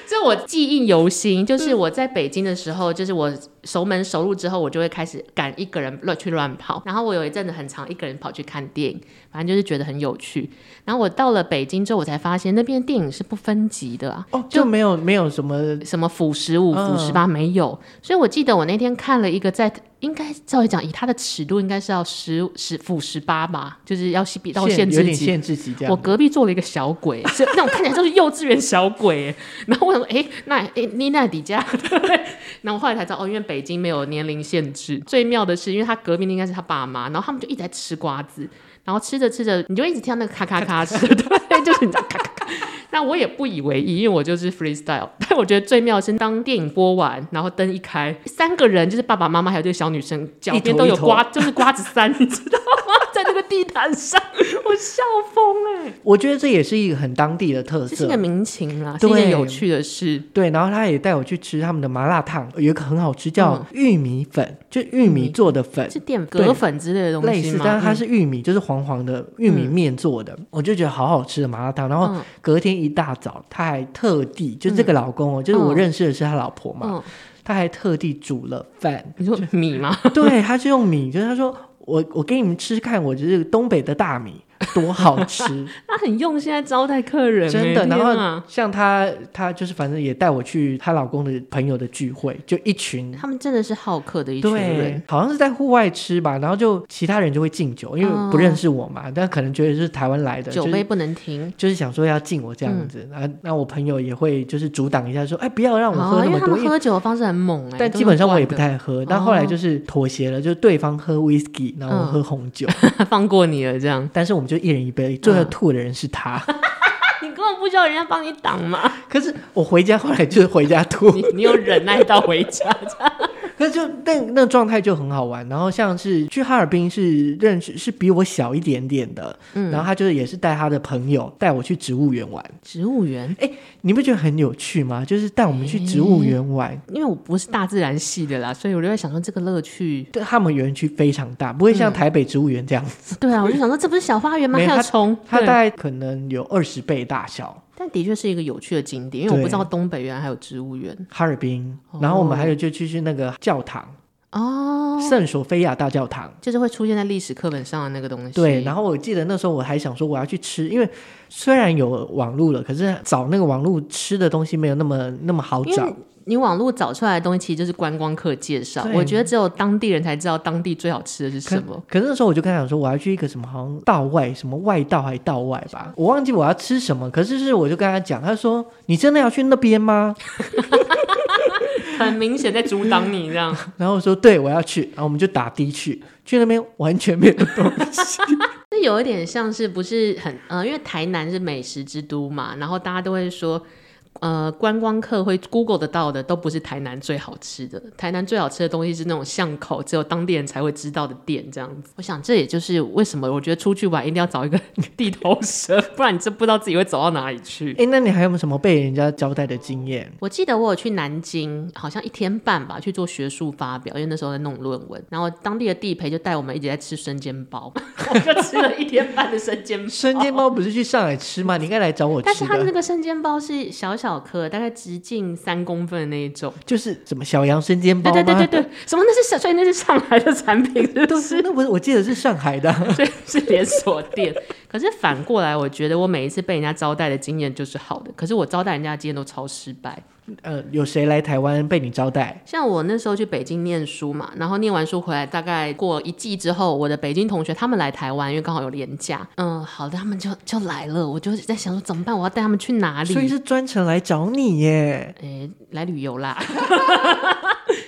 [SPEAKER 2] 这我记忆犹新，就是
[SPEAKER 1] 嗯
[SPEAKER 2] 我在北京的时候，就是我熟门熟路之后，我就会开始敢一个人乱去乱跑。然后我有一阵子很常一个人跑去看电影，反正就是觉得很有趣。然后我到了北京之后，我才发现那边的电影是不分级的啊，
[SPEAKER 1] 哦，就没有没有什么
[SPEAKER 2] 什么腐十五、
[SPEAKER 1] 嗯
[SPEAKER 2] 腐十八没有。所以我记得我那天看了一个在，应该照理讲，以它的尺度应该是要十十腐十八吧，就是要比到限
[SPEAKER 1] 有
[SPEAKER 2] 制
[SPEAKER 1] 点
[SPEAKER 2] 级。
[SPEAKER 1] 限制级这样
[SPEAKER 2] 我
[SPEAKER 1] 子。
[SPEAKER 2] 隔壁坐了一个小鬼，是那种看起来就是幼稚园小鬼。 <laughs> 然后我想说，哎、那哎、诶妮娜迪迦，对不对？然后后来才知道，哦，因为北京没有年龄限制。最妙的是，因为他隔壁的应该是他爸妈，然后他们就一直在吃瓜子，然后吃着吃着，你就一直听到那个咔咔咔声， <laughs> 对，就是你知道咔咔咔。那我也不以为意，因为我就是 freestyle。但我觉得最妙的是，当电影播完，然后灯一开，三个人就是爸爸妈妈还有这个小女生，脚
[SPEAKER 1] 一
[SPEAKER 2] 边
[SPEAKER 1] 坨
[SPEAKER 2] 都
[SPEAKER 1] 一
[SPEAKER 2] 有
[SPEAKER 1] 坨
[SPEAKER 2] 瓜，就是瓜子山，你知道吗？在那个地毯上，我笑疯哎、
[SPEAKER 1] <laughs> 我觉得这也是一个很当地的特
[SPEAKER 2] 这是一
[SPEAKER 1] 色
[SPEAKER 2] 个。民情啦，是
[SPEAKER 1] 对
[SPEAKER 2] 一件有趣的事。
[SPEAKER 1] 对，然后他也带我去吃他们的麻辣烫，有一个很好吃
[SPEAKER 2] 嗯
[SPEAKER 1] 叫玉米粉，就玉米做的粉，
[SPEAKER 2] 是淀
[SPEAKER 1] 对
[SPEAKER 2] 粉、葛粉之类的东
[SPEAKER 1] 类
[SPEAKER 2] 西
[SPEAKER 1] 似
[SPEAKER 2] 吗？，
[SPEAKER 1] 但是它
[SPEAKER 2] 嗯
[SPEAKER 1] 是玉米，就是黄黄的玉米面做的，我就觉得好好吃的麻辣烫。然后
[SPEAKER 2] 嗯
[SPEAKER 1] 隔天一大早，他还特地，就这个老公哦，就是我认识的是他老婆嘛，
[SPEAKER 2] 嗯，
[SPEAKER 1] 他还特地煮了
[SPEAKER 2] <laughs>，
[SPEAKER 1] 饭
[SPEAKER 2] 你说米吗？
[SPEAKER 1] 对，他是用米，就是他说我我给你们吃吃看，我就是东北的大
[SPEAKER 2] <laughs>
[SPEAKER 1] 米。多好吃，
[SPEAKER 2] 他很用心在招待客人欸，
[SPEAKER 1] 真的。然
[SPEAKER 2] 天
[SPEAKER 1] 后
[SPEAKER 2] 啊
[SPEAKER 1] 像她，她就是反正也带我去她老公的朋友的聚会，就一群
[SPEAKER 2] 他们真的是好客的一群
[SPEAKER 1] 对
[SPEAKER 2] 人。，
[SPEAKER 1] 好像是在户外吃吧，然后就其他人就会敬酒，因为不认识我嘛，但可能觉得是台湾来的，
[SPEAKER 2] 哦酒
[SPEAKER 1] 就是
[SPEAKER 2] 杯不嗯能停，
[SPEAKER 1] 就是想说要敬我这样子，那、那我朋友也会就是阻挡一下说，哎，不要让我喝
[SPEAKER 2] 哦，
[SPEAKER 1] 那
[SPEAKER 2] 因为
[SPEAKER 1] 么
[SPEAKER 2] 他
[SPEAKER 1] 多，
[SPEAKER 2] 们
[SPEAKER 1] 因为
[SPEAKER 2] 喝酒的方式很猛哎，
[SPEAKER 1] 但
[SPEAKER 2] 都
[SPEAKER 1] 基本上我也不
[SPEAKER 2] 灌
[SPEAKER 1] 太喝。
[SPEAKER 2] 的
[SPEAKER 1] 但后来就是妥协了，就是对方喝 whisky，然
[SPEAKER 2] 嗯
[SPEAKER 1] 后我喝红酒，
[SPEAKER 2] 的 <laughs> 放过你了这样，
[SPEAKER 1] 但是我们就一人一
[SPEAKER 2] 嗯
[SPEAKER 1] 杯，最后吐的人是他。
[SPEAKER 2] <laughs>
[SPEAKER 1] <laughs>
[SPEAKER 2] 你根本不需要人家帮你挡 <laughs> 嘛，
[SPEAKER 1] 可是我回家后来就是回家吐，
[SPEAKER 2] 你你有忍耐到回家，
[SPEAKER 1] 可是就那那状态就很好玩。然后像是去哈尔滨是认识是比我小一点点的，
[SPEAKER 2] 嗯
[SPEAKER 1] 然后他就是也是带他的朋友带我去植物园玩。
[SPEAKER 2] 植物园。
[SPEAKER 1] 你不觉得很有趣吗？就是带我们去植物园玩，
[SPEAKER 2] 因为我不是大自然系的啦，所以我就在想说这个乐趣，
[SPEAKER 1] 对，他们园区非常大，不会像台北植物园这样子，
[SPEAKER 2] <laughs> 嗯对啊，我就想说这不是小花园吗？
[SPEAKER 1] 没有
[SPEAKER 2] 还有
[SPEAKER 1] 它
[SPEAKER 2] 虫，
[SPEAKER 1] 它
[SPEAKER 2] 对
[SPEAKER 1] 大概可能有二十倍大小。
[SPEAKER 2] 但的确是一个有趣的景点，因为我
[SPEAKER 1] 对
[SPEAKER 2] 不知道东北原来还有植物园
[SPEAKER 1] 哈尔滨
[SPEAKER 2] 哦，
[SPEAKER 1] 然后我们还有就去去那个教堂，
[SPEAKER 2] 哦，
[SPEAKER 1] 圣索菲亚大教堂。
[SPEAKER 2] 就是会出现在历史课本上的那个东西。
[SPEAKER 1] 对，然
[SPEAKER 2] 后
[SPEAKER 1] 后我记得那时候我还想说我要去吃，因为虽然有网路了，可是找那个网路吃的东西没有那么那么好
[SPEAKER 2] 因
[SPEAKER 1] 找
[SPEAKER 2] 为。你网络找出来的东西，其实就是观光客介绍。
[SPEAKER 1] 对
[SPEAKER 2] 我觉得只有当地人才知道当地最好吃的是
[SPEAKER 1] 可
[SPEAKER 2] 什么。
[SPEAKER 1] 可是那时候我就跟他讲说，我要去一个什么好像道外什么外道还道外吧，我忘记我要吃什么。可是是我就跟他讲，他说你真的要去那边吗？ <laughs>
[SPEAKER 2] 很明显在阻挡你这样，
[SPEAKER 1] 然后我说对，我要去，然后我们就打的去，去那边完全没有
[SPEAKER 2] <laughs>
[SPEAKER 1] 动。
[SPEAKER 2] 这有一点像是不是很呃，因为台南是美食之都嘛，然后大家都会说。呃，观光客会 Google 得到的都不是台南最好吃的，台南最好吃的东西是那种巷口只有当地人才会知道的店，这样子。我想这也就是为什么我觉得出去玩一定要找一个 <laughs> 地头蛇，不然你真不知道自己会走到哪里去。
[SPEAKER 1] 哎，那你还有没有什么被人家交代的经验？
[SPEAKER 2] 我记得我有去南京，好像一天半吧，去做学术发表，因为那时候在弄论文。然后当地的地陪就带我们一直在吃生煎包， <laughs> 我就吃了一天半的生煎包。
[SPEAKER 1] 生煎包不是去上海吃吗？你应该来找我
[SPEAKER 2] 哦但是
[SPEAKER 1] 吃
[SPEAKER 2] 它的那
[SPEAKER 1] 的，
[SPEAKER 2] 个生煎包是小小颗，大概直径三公分的那一种。
[SPEAKER 1] 就是什么小羊生煎包
[SPEAKER 2] 对
[SPEAKER 1] 吗？
[SPEAKER 2] 对对对对，什么那是小，所以那是上海的产品， <laughs> 是不是？
[SPEAKER 1] 那不是，我记得是上海的。 <laughs>
[SPEAKER 2] 所以是连锁店。 <laughs> 可是反过来，我觉得我每一次被人家招待的经验就是好的，可是我招待人家的经验都超失败。
[SPEAKER 1] 呃，有谁来台湾被你招待？
[SPEAKER 2] 像我那时候去北京念书嘛，然后念完书回来，大概过一季之后，我的北京同学他们来台湾，因为刚好有年假，嗯，好的，他们就就来了，我就在想说怎么办，我要带他们去哪里？
[SPEAKER 1] 所以是专程来找你耶。
[SPEAKER 2] 诶，来旅游啦。 <laughs>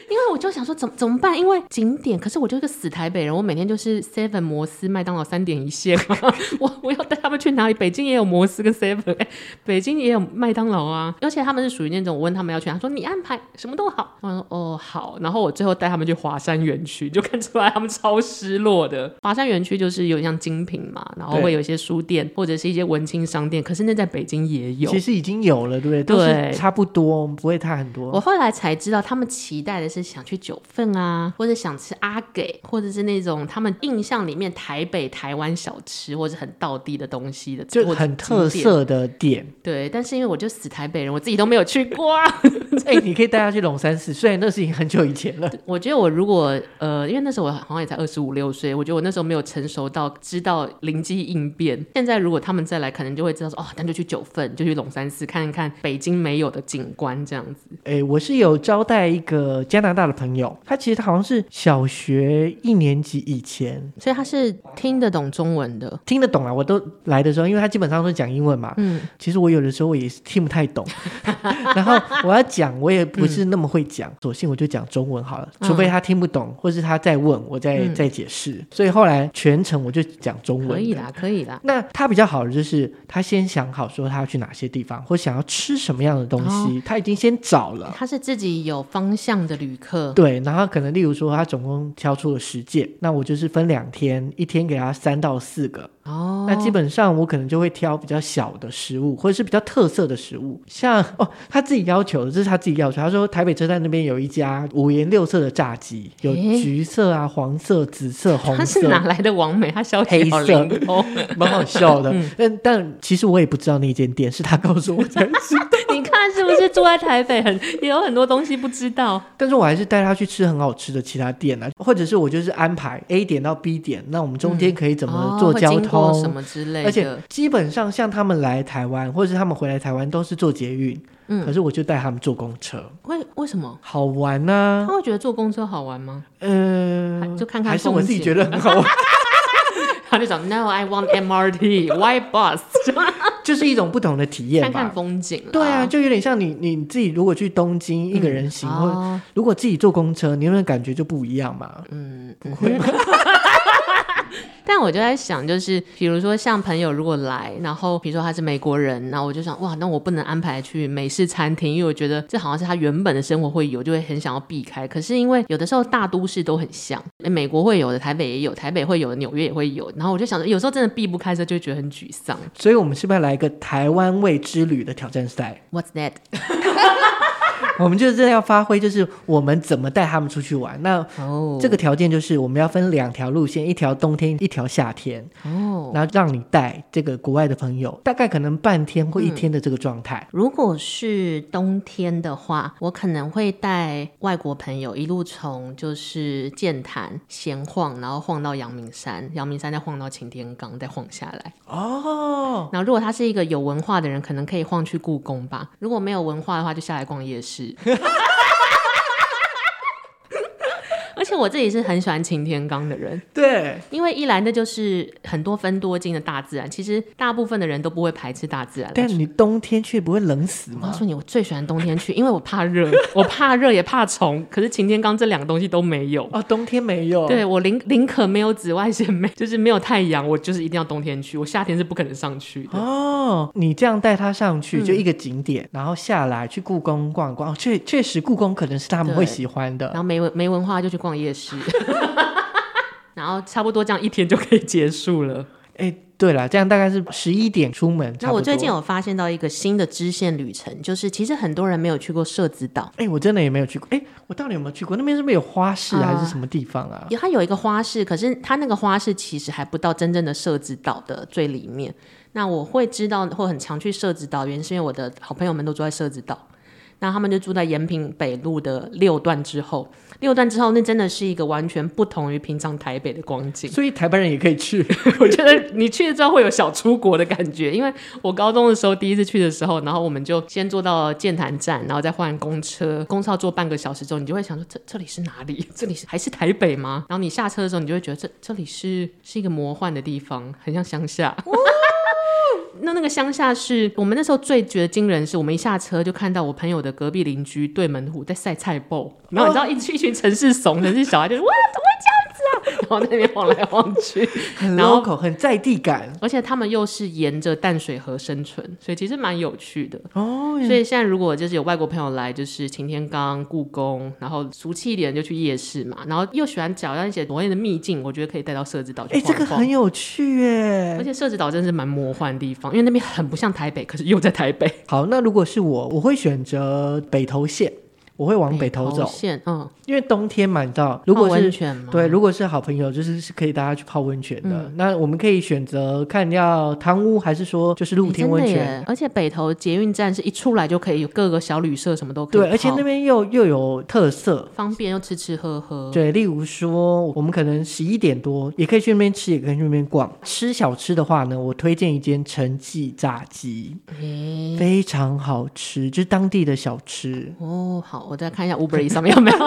[SPEAKER 2] 因为我就想说怎么怎么办？因为景点，可是我就是个死台北人，我每天就是 Seven、摩斯、麦当劳三点一线嘛。 <laughs> 我我要哎带他们去哪里？北京也有摩斯跟 Seven，、诶北京也有麦当劳啊。而且他们是属于那种我问他们要去哪，他说你安排什么都好。我说哦好，然后我最后带他们去华山园区，就看出来他们超失落的。华山园区就是有点像精品嘛，然后
[SPEAKER 1] 对
[SPEAKER 2] 会有一些书店或者是一些文青商店，可是那在北京也有
[SPEAKER 1] 其。实已经有了，对不对？都是
[SPEAKER 2] 对哦
[SPEAKER 1] 差不多，我们不会差很
[SPEAKER 2] 我
[SPEAKER 1] 多。
[SPEAKER 2] 后来才知道，他们期待的是想去九份啊，或者想吃阿给，或者是那种他们印象里面台北、台湾小吃或者很道地的东西的，
[SPEAKER 1] 就
[SPEAKER 2] 或者
[SPEAKER 1] 很特
[SPEAKER 2] 景点。
[SPEAKER 1] 色的
[SPEAKER 2] <laughs>
[SPEAKER 1] 点，
[SPEAKER 2] 对，但是因为我就死台北人，我自己都没有去过啊、 <laughs>
[SPEAKER 1] 哎、你可以带他去龙山寺，虽然那是已经很久以前了。
[SPEAKER 2] 我觉得我如果呃，因为那时候我好像也才二十五六岁，我觉得我那时候没有成熟到知道灵机应变。现在如果他们再来，可能就会知道说哦，那就去九份，就去龙山寺看一看北京没有的景观这样子。
[SPEAKER 1] 哎、我是有招待一个加拿大的朋友，他其实好像是小学一年级以前
[SPEAKER 2] 所以他是听得懂中文的，
[SPEAKER 1] 听得懂啊，我都来的时候，因为他基本上都讲英文嘛，
[SPEAKER 2] 嗯。
[SPEAKER 1] 其实我有的时候我也是听不太懂， <laughs> 然后我要讲我也不是那么会讲，索性我就讲中文好了，
[SPEAKER 2] 嗯
[SPEAKER 1] 除非他听不懂，或是他再问我再、
[SPEAKER 2] 嗯
[SPEAKER 1] 再解释，所以后来全程我就讲中文。
[SPEAKER 2] 可以啦，可以啦。
[SPEAKER 1] 那他比较好的就是他先想好说他要去哪些地方，或想要吃什么样的东西，
[SPEAKER 2] 哦
[SPEAKER 1] 他已经先找了。
[SPEAKER 2] 他是自己有方向的旅客，
[SPEAKER 1] 对，然后可能例如说他总共挑出了十件，那我就是分两天，一天给他三到四个，
[SPEAKER 2] 哦，
[SPEAKER 1] 那基本上我可能就会挑比较小的食物，或者是比较特色的食物，像哦，他自己要求的，这是他自己要求。他说台北车站那边有一家五颜六色的炸鸡，有
[SPEAKER 2] 诶
[SPEAKER 1] 橘色啊、黄色、紫色、红
[SPEAKER 2] 他是
[SPEAKER 1] 色，
[SPEAKER 2] 哪来的王美？他消息好
[SPEAKER 1] 黑色
[SPEAKER 2] 灵
[SPEAKER 1] <laughs>
[SPEAKER 2] 通，
[SPEAKER 1] 蛮好笑的。
[SPEAKER 2] 嗯
[SPEAKER 1] 但但其实我也不知道那间店，是他告诉我才知道。
[SPEAKER 2] 你看是不是住在台北很也有很多东西不知道？
[SPEAKER 1] 但是我还是带他去吃很好吃的其他店啊，或者是我就是安排 A 点到 B 点，那我们中间可以怎么
[SPEAKER 2] 哦
[SPEAKER 1] 做
[SPEAKER 2] 会
[SPEAKER 1] 交
[SPEAKER 2] 经过
[SPEAKER 1] 通？
[SPEAKER 2] 什么之类
[SPEAKER 1] 而且
[SPEAKER 2] 的？
[SPEAKER 1] 基本上像他们来台湾，或者是他们回来台湾都是坐捷运，
[SPEAKER 2] 嗯
[SPEAKER 1] 可是我就带他们坐公车，
[SPEAKER 2] 为为什么？
[SPEAKER 1] 好玩呐、
[SPEAKER 2] 他会觉得坐公车好玩吗？
[SPEAKER 1] 嗯、
[SPEAKER 2] 还就看看
[SPEAKER 1] 还是我
[SPEAKER 2] 风
[SPEAKER 1] 自己
[SPEAKER 2] 景
[SPEAKER 1] 觉得很好玩，
[SPEAKER 2] 他就讲 No, I want MRT, why
[SPEAKER 1] <laughs>
[SPEAKER 2] bus？
[SPEAKER 1] 就是一种不同的体验
[SPEAKER 2] <laughs> 看
[SPEAKER 1] 吧。
[SPEAKER 2] 看风景啦。
[SPEAKER 1] 对啊，就有点像你你自己如果去东京一个人行，或
[SPEAKER 2] 哦，
[SPEAKER 1] 如果自己坐公车，你有没有感觉就不一样嘛？
[SPEAKER 2] 嗯，不会。但我就在想，就是比如说像朋友如果来，然后比如说他是美国人，然后我就想，哇，那我不能安排去美式餐厅，因为我觉得这好像是他原本的生活会有，就会很想要避开。可是因为有的时候大都市都很像，美国会有的，台北也有，台北会有的，纽约也会有。然后我就想，嗯有时候真的避不开的时候，就会觉得很沮丧。
[SPEAKER 1] 所以我们是不是要来一个台湾味之旅的挑战赛？
[SPEAKER 2] What's that？
[SPEAKER 1] 我们就是要发挥，就是我们怎么带他们出去玩。那
[SPEAKER 2] 哦
[SPEAKER 1] 这个条件就是我们要分两条路线，一条冬天，一条夏天。
[SPEAKER 2] 哦。
[SPEAKER 1] 然后让你带这个国外的朋友，大概可能半天或一天的这个状态。
[SPEAKER 2] 如果是冬天的话，我可能会带外国朋友一路从就是剑潭闲晃，然后晃到阳明山，阳明山再晃到擎天岗，再晃下来。
[SPEAKER 1] 嗯哦，
[SPEAKER 2] 然后如果他是一个有文化的人，可能可以晃去故宫吧；如果没有文化的话，就下来逛夜市。 <laughs> 而且我自己是很喜欢擎天岗的人，
[SPEAKER 1] 对，
[SPEAKER 2] 因为一来那就是很多分多金的大自然，其实大部分的人都不会排斥大自然。
[SPEAKER 1] 但你冬天去不会冷死
[SPEAKER 2] 我告
[SPEAKER 1] 吗？
[SPEAKER 2] 诉你，我最喜欢冬天去，因为我怕热，我怕热也怕虫。可是擎天岗这两个东西都没有。
[SPEAKER 1] 哦，冬天没有。
[SPEAKER 2] 对我宁宁可没有紫外线，没就是没有太阳，我就是一定要冬天去，我夏天是不可能上去的。
[SPEAKER 1] 哦，你这样带他上去
[SPEAKER 2] 嗯
[SPEAKER 1] 就一个景点，然后下来去故宫逛一逛，哦确确实故宫可能是他们
[SPEAKER 2] 对
[SPEAKER 1] 会喜欢
[SPEAKER 2] 然
[SPEAKER 1] 的。
[SPEAKER 2] 后没文没文化就去逛夜市， <laughs> 然后差不多这样一天就可以结束了。
[SPEAKER 1] 哎，对了，这样大概是十一点出门。差
[SPEAKER 2] 那
[SPEAKER 1] 不
[SPEAKER 2] 我
[SPEAKER 1] 多
[SPEAKER 2] 最近，有发现到一个新的支线旅程，就是其实很多人没有去过社子岛。
[SPEAKER 1] 哎，我真的也没有去过。哎，我到底有没有去过？那边是不是有花市
[SPEAKER 2] 啊
[SPEAKER 1] 还是什么地方啊？
[SPEAKER 2] 有它有一个花市，可是它那个花市其实还不到真正的社子岛的最里面。那我会知道或很常去社子岛，原因是因为我的好朋友们都住在社子岛，那他们就住在延平北路的六段之后。六段之后，那真的是一个完全不同于平常台北的光景。
[SPEAKER 1] 所以台湾人也可以去。
[SPEAKER 2] 我觉得你去了之后会有小出国的感觉，因为我高中的时候第一次去的时候，然后我们就先坐到剑潭站，然后再换公车，公车要坐半个小时之后，你就会想说这这里是哪里？这里是还是台北吗？然后你下车的时候，你就会觉得这这里是是一个魔幻的地方，很像乡下。 <laughs> 那那个乡下是我们那时候最觉得惊人，是我们一下车就看到我朋友的隔壁邻居对门户在晒菜包，然后你知道一群一群城市怂、城市小孩就是哇怎么会这样子啊，然 <laughs> 后在那边晃来晃去，
[SPEAKER 1] 很
[SPEAKER 2] 然后
[SPEAKER 1] local，很在地感
[SPEAKER 2] 而且他们又是沿着淡水河生存，所以其实蛮有趣的。
[SPEAKER 1] 哦。
[SPEAKER 2] 所以现在如果就是有外国朋友来，就是擎天岗、故宫，然后俗气一点就去夜市嘛，然后又喜欢找到一些国内的秘境，我觉得可以带到社子岛去
[SPEAKER 1] 哎，
[SPEAKER 2] 晃
[SPEAKER 1] 这
[SPEAKER 2] 晃。
[SPEAKER 1] 个很有趣
[SPEAKER 2] 而
[SPEAKER 1] 耶。
[SPEAKER 2] 且社子岛真的是蛮魔幻的地方，因为那边很不像台北，可是又在台北。
[SPEAKER 1] 好，那如果是我，我会选择北投线，我会往北投走，
[SPEAKER 2] 线，嗯，
[SPEAKER 1] 因为冬天嘛，你知道，如果
[SPEAKER 2] 泡
[SPEAKER 1] 是
[SPEAKER 2] 温泉嘛，
[SPEAKER 1] 对，如果是好朋友，就是是可以大家去泡温泉的。
[SPEAKER 2] 嗯
[SPEAKER 1] 那我们可以选择看要汤屋，还是说就是露
[SPEAKER 2] 哎
[SPEAKER 1] 天
[SPEAKER 2] 真的
[SPEAKER 1] 温泉？
[SPEAKER 2] 耶而且北投捷运站是一出来就可以有各个小旅社，什么都可以
[SPEAKER 1] 对，而且
[SPEAKER 2] 泡
[SPEAKER 1] 那边又又有特色。
[SPEAKER 2] 方便又吃吃喝喝。
[SPEAKER 1] 对，例如说，我们可能十一点多也可以去那边吃，也可以去那边逛。吃小吃的话呢，我推荐一间陈记炸鸡，
[SPEAKER 2] 哎。
[SPEAKER 1] 非常好吃，就是当地的小吃
[SPEAKER 2] 哦，好，我再看一下 Uber Eats 上面有没有。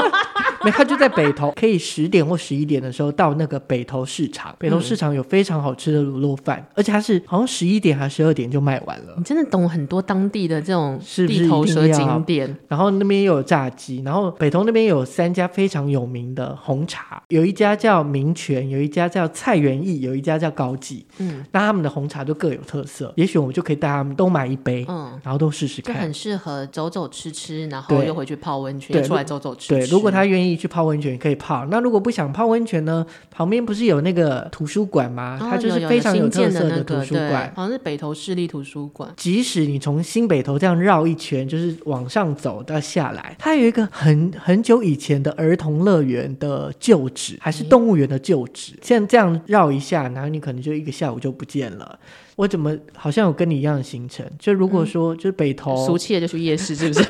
[SPEAKER 1] 没，它就在北投，可以十点或十一点的时候到那个北投市场。北投市场有非常好吃的卤肉饭，而且它是好像十一点还是十二点就卖完了。
[SPEAKER 2] 你真的懂很多当地的这种
[SPEAKER 1] 是不是
[SPEAKER 2] 地头蛇
[SPEAKER 1] 一定要
[SPEAKER 2] 景点，
[SPEAKER 1] 然后那边也有炸鸡，然后北投那边有三家非常有名的红茶，有一家叫明泉，有一家叫蔡元益，有一家叫高记。
[SPEAKER 2] 嗯
[SPEAKER 1] 那他们的红茶都各有特色，也许我们就可以带他们都买一杯，
[SPEAKER 2] 嗯，
[SPEAKER 1] 然后都试试
[SPEAKER 2] 就
[SPEAKER 1] 看
[SPEAKER 2] 很。适合走走吃吃，然后
[SPEAKER 1] 对
[SPEAKER 2] 又回去泡温泉，
[SPEAKER 1] 对
[SPEAKER 2] 又出来走走吃吃。
[SPEAKER 1] 对，如果他愿意去泡温泉，可以泡。那如果不想泡温泉呢？旁边不是有那个图书馆吗？
[SPEAKER 2] 哦
[SPEAKER 1] 它就
[SPEAKER 2] 有
[SPEAKER 1] 是
[SPEAKER 2] 有
[SPEAKER 1] 非常
[SPEAKER 2] 新
[SPEAKER 1] 有特
[SPEAKER 2] 建
[SPEAKER 1] 色
[SPEAKER 2] 的那
[SPEAKER 1] 图
[SPEAKER 2] 个
[SPEAKER 1] 书
[SPEAKER 2] 对
[SPEAKER 1] 馆。
[SPEAKER 2] 好像是北投市立图书馆。
[SPEAKER 1] 即使你从新北头这样绕一圈，就是往上走到下来，它有一个很很久以前的儿童乐园的旧址，还是动物园的旧址。像这样绕一下，然后你可能就一个下午就不见了。我怎么好像有跟你一样的行程？就如
[SPEAKER 2] 嗯
[SPEAKER 1] 果说、就是北
[SPEAKER 2] 俗 <laughs>
[SPEAKER 1] 头，
[SPEAKER 2] 气的就去夜市，是不 <laughs> 是？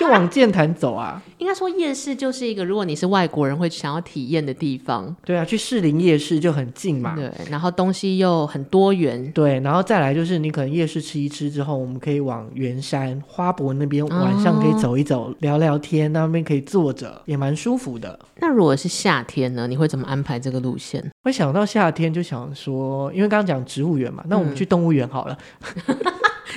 [SPEAKER 1] 就往剑潭走啊，
[SPEAKER 2] 应该说夜市就是一个，如果你是外国人会想要体验的地方，
[SPEAKER 1] 对啊，去士林夜市就很近嘛。
[SPEAKER 2] 对，然后东西又很多元，
[SPEAKER 1] 对，然后再来就是你可能夜市吃一吃之后，我们可以往圆山花博那边晚上
[SPEAKER 2] 哦
[SPEAKER 1] 可以走一走，聊聊天，那边可以坐着，也蛮舒服的。
[SPEAKER 2] 那如果是夏天呢？你会怎么安排这个路线？ <laughs>
[SPEAKER 1] 我想到夏天就想说，因为刚刚讲植物园嘛，那
[SPEAKER 2] 嗯
[SPEAKER 1] 我们去动物园好了，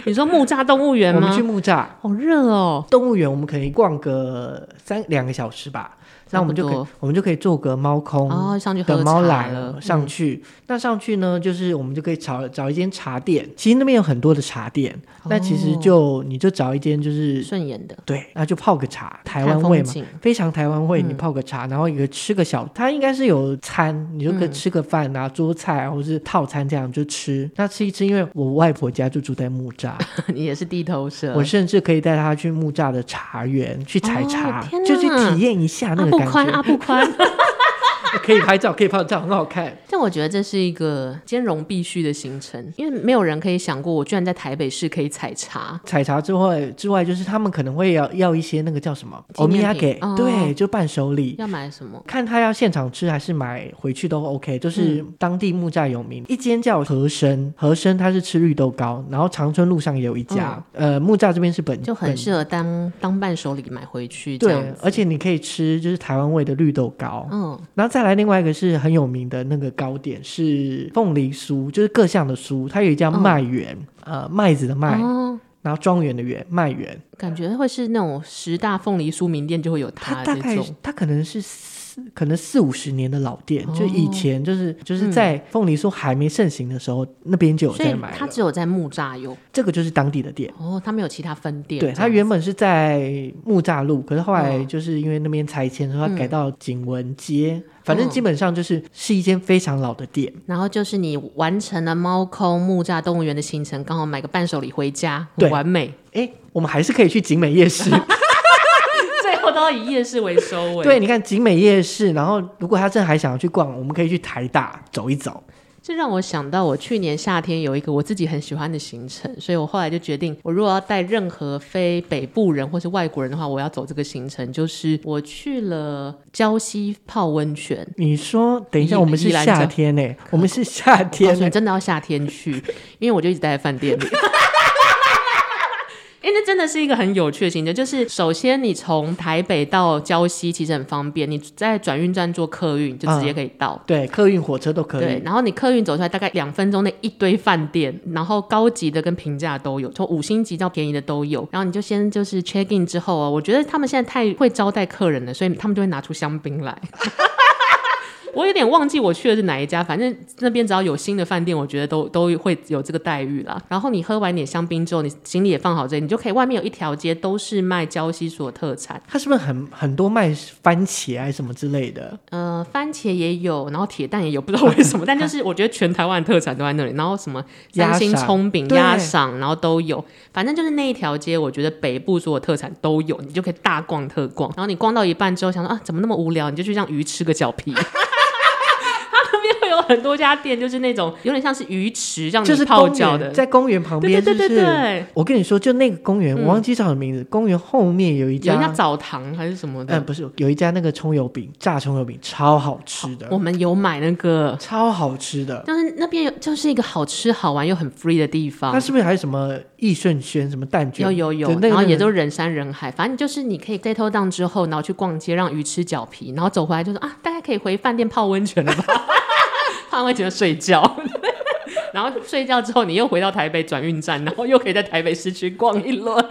[SPEAKER 2] 你说木栅动物园
[SPEAKER 1] 我
[SPEAKER 2] 吗
[SPEAKER 1] 们？去木栅
[SPEAKER 2] 好热哦！
[SPEAKER 1] 动物园，我们可以逛个三两个小时吧，那我们就可
[SPEAKER 2] 差
[SPEAKER 1] 以
[SPEAKER 2] 不
[SPEAKER 1] 我们就可以做个猫空。
[SPEAKER 2] 哦，上去喝
[SPEAKER 1] 等猫
[SPEAKER 2] 茶
[SPEAKER 1] 来
[SPEAKER 2] 了嗯
[SPEAKER 1] 了，上去，那上去呢，就是我们就可以找找一间茶店。其实那边有很多的茶店，那其实
[SPEAKER 2] 哦
[SPEAKER 1] 就你就找一间就是
[SPEAKER 2] 顺眼的
[SPEAKER 1] 对，那就泡个茶，台
[SPEAKER 2] 嗯看
[SPEAKER 1] 湾
[SPEAKER 2] 风
[SPEAKER 1] 味嘛，
[SPEAKER 2] 景 <laughs>
[SPEAKER 1] 非常台湾味。你
[SPEAKER 2] 嗯
[SPEAKER 1] 泡个茶，然后一个吃个小，它应该是有餐，你就可以
[SPEAKER 2] 嗯
[SPEAKER 1] 吃个饭啊，桌菜啊，或是套餐这样就吃。那吃一吃，因为我外婆家就住在木栅，
[SPEAKER 2] <laughs> 你也是地头蛇，
[SPEAKER 1] 我甚至可以带她去木栅的茶园去采
[SPEAKER 2] 哦
[SPEAKER 1] 茶，
[SPEAKER 2] 天
[SPEAKER 1] 就去
[SPEAKER 2] 哪
[SPEAKER 1] 体验一下那
[SPEAKER 2] 阿
[SPEAKER 1] 个
[SPEAKER 2] 布
[SPEAKER 1] 感
[SPEAKER 2] 啊宽
[SPEAKER 1] 觉。 <laughs>
[SPEAKER 2] 阿布宽。 <laughs>
[SPEAKER 1] 可以拍照，可以拍照，很好看。
[SPEAKER 2] 但我觉得这是一个兼容必须的行程，因为没有人可以想过，我居然在台北市可以采茶。
[SPEAKER 1] 采茶之外之外，就是他们可能会要要一些那个叫什么
[SPEAKER 2] 纪念品
[SPEAKER 1] 给，
[SPEAKER 2] 哦
[SPEAKER 1] 对，就伴手礼。
[SPEAKER 2] 要买什么？
[SPEAKER 1] 看他要现场吃还是买回去都 OK，就是
[SPEAKER 2] 嗯
[SPEAKER 1] 当地木栅有名、一间叫和生，和生它是吃绿豆糕，然后长春路上也有一家，呃，木栅这边是本
[SPEAKER 2] 嗯就很
[SPEAKER 1] 本
[SPEAKER 2] 适合当当伴手礼买回去这
[SPEAKER 1] 对
[SPEAKER 2] 样，子。
[SPEAKER 1] 而且你可以吃就是台湾味的绿豆糕，
[SPEAKER 2] 嗯，
[SPEAKER 1] 然后再来另外一个是很有名的那个糕点是凤梨酥，就是各项的酥，它有一家
[SPEAKER 2] 嗯
[SPEAKER 1] 麦园，呃，麦子的麦，
[SPEAKER 2] 哦，
[SPEAKER 1] 然后庄园的园，麦园，
[SPEAKER 2] 感觉会是那种十大凤梨酥名店就会有
[SPEAKER 1] 它
[SPEAKER 2] 它
[SPEAKER 1] 大
[SPEAKER 2] 这
[SPEAKER 1] 概
[SPEAKER 2] 种。
[SPEAKER 1] 它可能是四，可能四五十年的老店，就
[SPEAKER 2] 哦
[SPEAKER 1] 以前就是就是
[SPEAKER 2] 嗯
[SPEAKER 1] 在凤梨酥还没盛行的时候，那边就有
[SPEAKER 2] 所以
[SPEAKER 1] 在买
[SPEAKER 2] 它
[SPEAKER 1] 了。
[SPEAKER 2] 只有在木栅有
[SPEAKER 1] 这个就是当地的店。
[SPEAKER 2] 哦，它没有其他分店。
[SPEAKER 1] 对，
[SPEAKER 2] 这
[SPEAKER 1] 它
[SPEAKER 2] 样
[SPEAKER 1] 原本是在木栅路，可是后来
[SPEAKER 2] 嗯
[SPEAKER 1] 就是因为那边拆迁，所以它
[SPEAKER 2] 嗯
[SPEAKER 1] 改到景文街。反正
[SPEAKER 2] 嗯
[SPEAKER 1] 基本上就是是一间非常老的店。
[SPEAKER 2] 然后就是你完成了猫空木栅动物园的行程，刚好买个伴手礼回家，
[SPEAKER 1] 对
[SPEAKER 2] 很完美。
[SPEAKER 1] 哎，我们还是可以去景美夜
[SPEAKER 2] <laughs>
[SPEAKER 1] 市。
[SPEAKER 2] 最后都要以夜市为收尾。
[SPEAKER 1] 对，，你看景美夜市，然后如果他真的还想要去逛，我们可以去台大走一走。
[SPEAKER 2] 这让我想到我去年夏天有一个我自己很喜欢的行程，所以我后来就决定，我如果要带任何非北部人或是外国人的话，我要走这个行程，就是我去了礁溪泡温泉。
[SPEAKER 1] 你说，等一下，
[SPEAKER 2] 宜
[SPEAKER 1] 我们是
[SPEAKER 2] 宜兰这样
[SPEAKER 1] 夏天呢、欸
[SPEAKER 2] <laughs>
[SPEAKER 1] 我们是夏
[SPEAKER 2] 告
[SPEAKER 1] 天
[SPEAKER 2] 诉
[SPEAKER 1] 呢、
[SPEAKER 2] <laughs> 你，真的要夏天去，因为我就一直待在饭店里。哎、那真的是一个很有趣的行程。就是首先，你从台北到礁溪其实很方便，你在转运站坐客运就直接可以到。
[SPEAKER 1] 对，客运、火车都可
[SPEAKER 2] 对
[SPEAKER 1] 以，。
[SPEAKER 2] 然后你客运走出来大概两分钟内一堆饭店，然后高级的跟平价都有，从五星级到便宜的都有。然后你就先就是 check in 之后啊，我觉得他们现在太会招待客人了，所以他们就会拿出香槟来。 <laughs> 我有点忘记我去的是哪一家，反正那边只要有新的饭店，我觉得都都会有这个待遇啦。然后你喝完点香槟之后，你行李也放好这，你就可以外面有一条街都是卖礁溪所特产，
[SPEAKER 1] 它是不是很很多卖番茄啊还是什么之类的？
[SPEAKER 2] 呃，番茄也有，然后铁蛋也有，不知道
[SPEAKER 1] <laughs>
[SPEAKER 2] 为什么，但就是我觉得全台湾的特产都在那里。然后什么
[SPEAKER 1] 鸭
[SPEAKER 2] 三星
[SPEAKER 1] 赏
[SPEAKER 2] 葱饼、
[SPEAKER 1] 对
[SPEAKER 2] 鸭赏，然后都有。反正就是那一条街，我觉得北部所有特产都有，你就可以大逛特逛。然后你逛到一半之后，想说啊，怎么那么无聊？你就去让鱼吃个脚皮。它 <laughs> 那边会有很多家店，就是那种有点像是鱼池让
[SPEAKER 1] 就是
[SPEAKER 2] 你泡
[SPEAKER 1] 公
[SPEAKER 2] 脚的
[SPEAKER 1] 园，，在公园旁
[SPEAKER 2] 对对
[SPEAKER 1] 边，是不
[SPEAKER 2] 对对
[SPEAKER 1] 是？
[SPEAKER 2] 对，嗯
[SPEAKER 1] 我跟你说，就那个公园，我忘记叫什么名字。公园后面有一
[SPEAKER 2] 有人
[SPEAKER 1] 家，
[SPEAKER 2] 家澡堂还是什么的。
[SPEAKER 1] 嗯，不是，有一家那个葱油饼，炸葱油饼超好吃的，
[SPEAKER 2] 我们有买那个，
[SPEAKER 1] 超好吃的。
[SPEAKER 2] 就是那边有，就是一个好吃好玩又很 free 的地方
[SPEAKER 1] 它。是不是还有什么益顺轩、什么蛋卷？
[SPEAKER 2] 啊有有有
[SPEAKER 1] 对，那个
[SPEAKER 2] 然后
[SPEAKER 1] 那个
[SPEAKER 2] 也都人山人海，反正就是你可以 day t 档之后，然后去逛街，让鱼吃脚皮，然后走回来就说啊，大家可以回饭店泡温泉了吧？ <laughs> 泡完温泉就睡觉， <laughs> 然后睡觉之后你又回到台北转运站，然后又可以在台北市区逛一轮。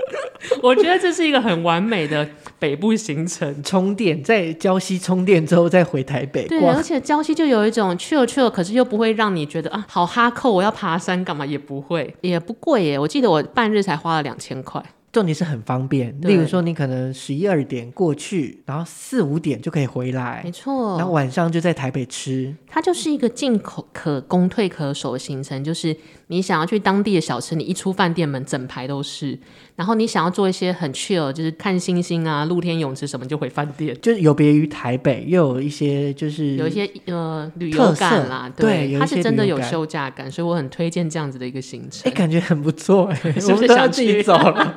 [SPEAKER 2] <laughs> 我觉得这是一个很完美的北部行程。
[SPEAKER 1] 充电，在礁溪充电之后再回台北
[SPEAKER 2] 对，
[SPEAKER 1] 逛
[SPEAKER 2] 而。且礁溪就有一种去了去了，可是又不会让你觉得啊，好哈扣，我要爬山干嘛？也不会，也不贵耶。我记得我半日才花了两千块。
[SPEAKER 1] 重点是很方便，
[SPEAKER 2] 对
[SPEAKER 1] 例如说你可能十一二点过去，然后四五点就可以回来
[SPEAKER 2] 没，错，
[SPEAKER 1] 然后晚上就在台北吃。
[SPEAKER 2] 它就是一个进口可攻、退可守的行程，就是你想要去当地的小吃，你一出饭店门，整排都是；然后你想要做一些很 chill，就是看星星啊、露天泳池什么，你就回饭店。
[SPEAKER 1] 就是有别于台北，又有一些就是
[SPEAKER 2] 有一些呃
[SPEAKER 1] 嗯
[SPEAKER 2] 旅
[SPEAKER 1] 特
[SPEAKER 2] 游
[SPEAKER 1] 色
[SPEAKER 2] 感啦，
[SPEAKER 1] 对有一
[SPEAKER 2] 它
[SPEAKER 1] 些
[SPEAKER 2] 是真的
[SPEAKER 1] 旅游
[SPEAKER 2] 有
[SPEAKER 1] 感
[SPEAKER 2] 休假感，所以我很推荐这样子的一个行程
[SPEAKER 1] 哎、。感觉很不错哎、
[SPEAKER 2] <laughs> 是不是
[SPEAKER 1] 我们都要
[SPEAKER 2] 想
[SPEAKER 1] 自己
[SPEAKER 2] 去
[SPEAKER 1] 走
[SPEAKER 2] <laughs>
[SPEAKER 1] 了。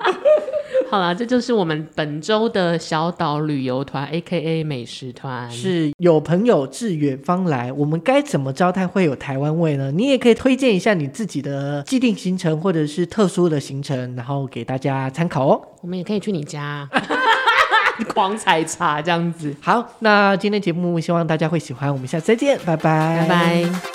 [SPEAKER 2] 好啦，这就是我们本周的小岛旅游团 （A K A 美食团）。
[SPEAKER 1] 是有朋友自远方来，我们该怎么招待会有台湾味呢？你也可以推荐一下你自己的既定行程或者是特殊的行程，然后给大家参考哦。
[SPEAKER 2] 我们也可以去你家 <laughs> 狂采茶这样子。
[SPEAKER 1] 好，那今天节目希望大家会喜欢，我们下次再见，拜拜，
[SPEAKER 2] 拜拜。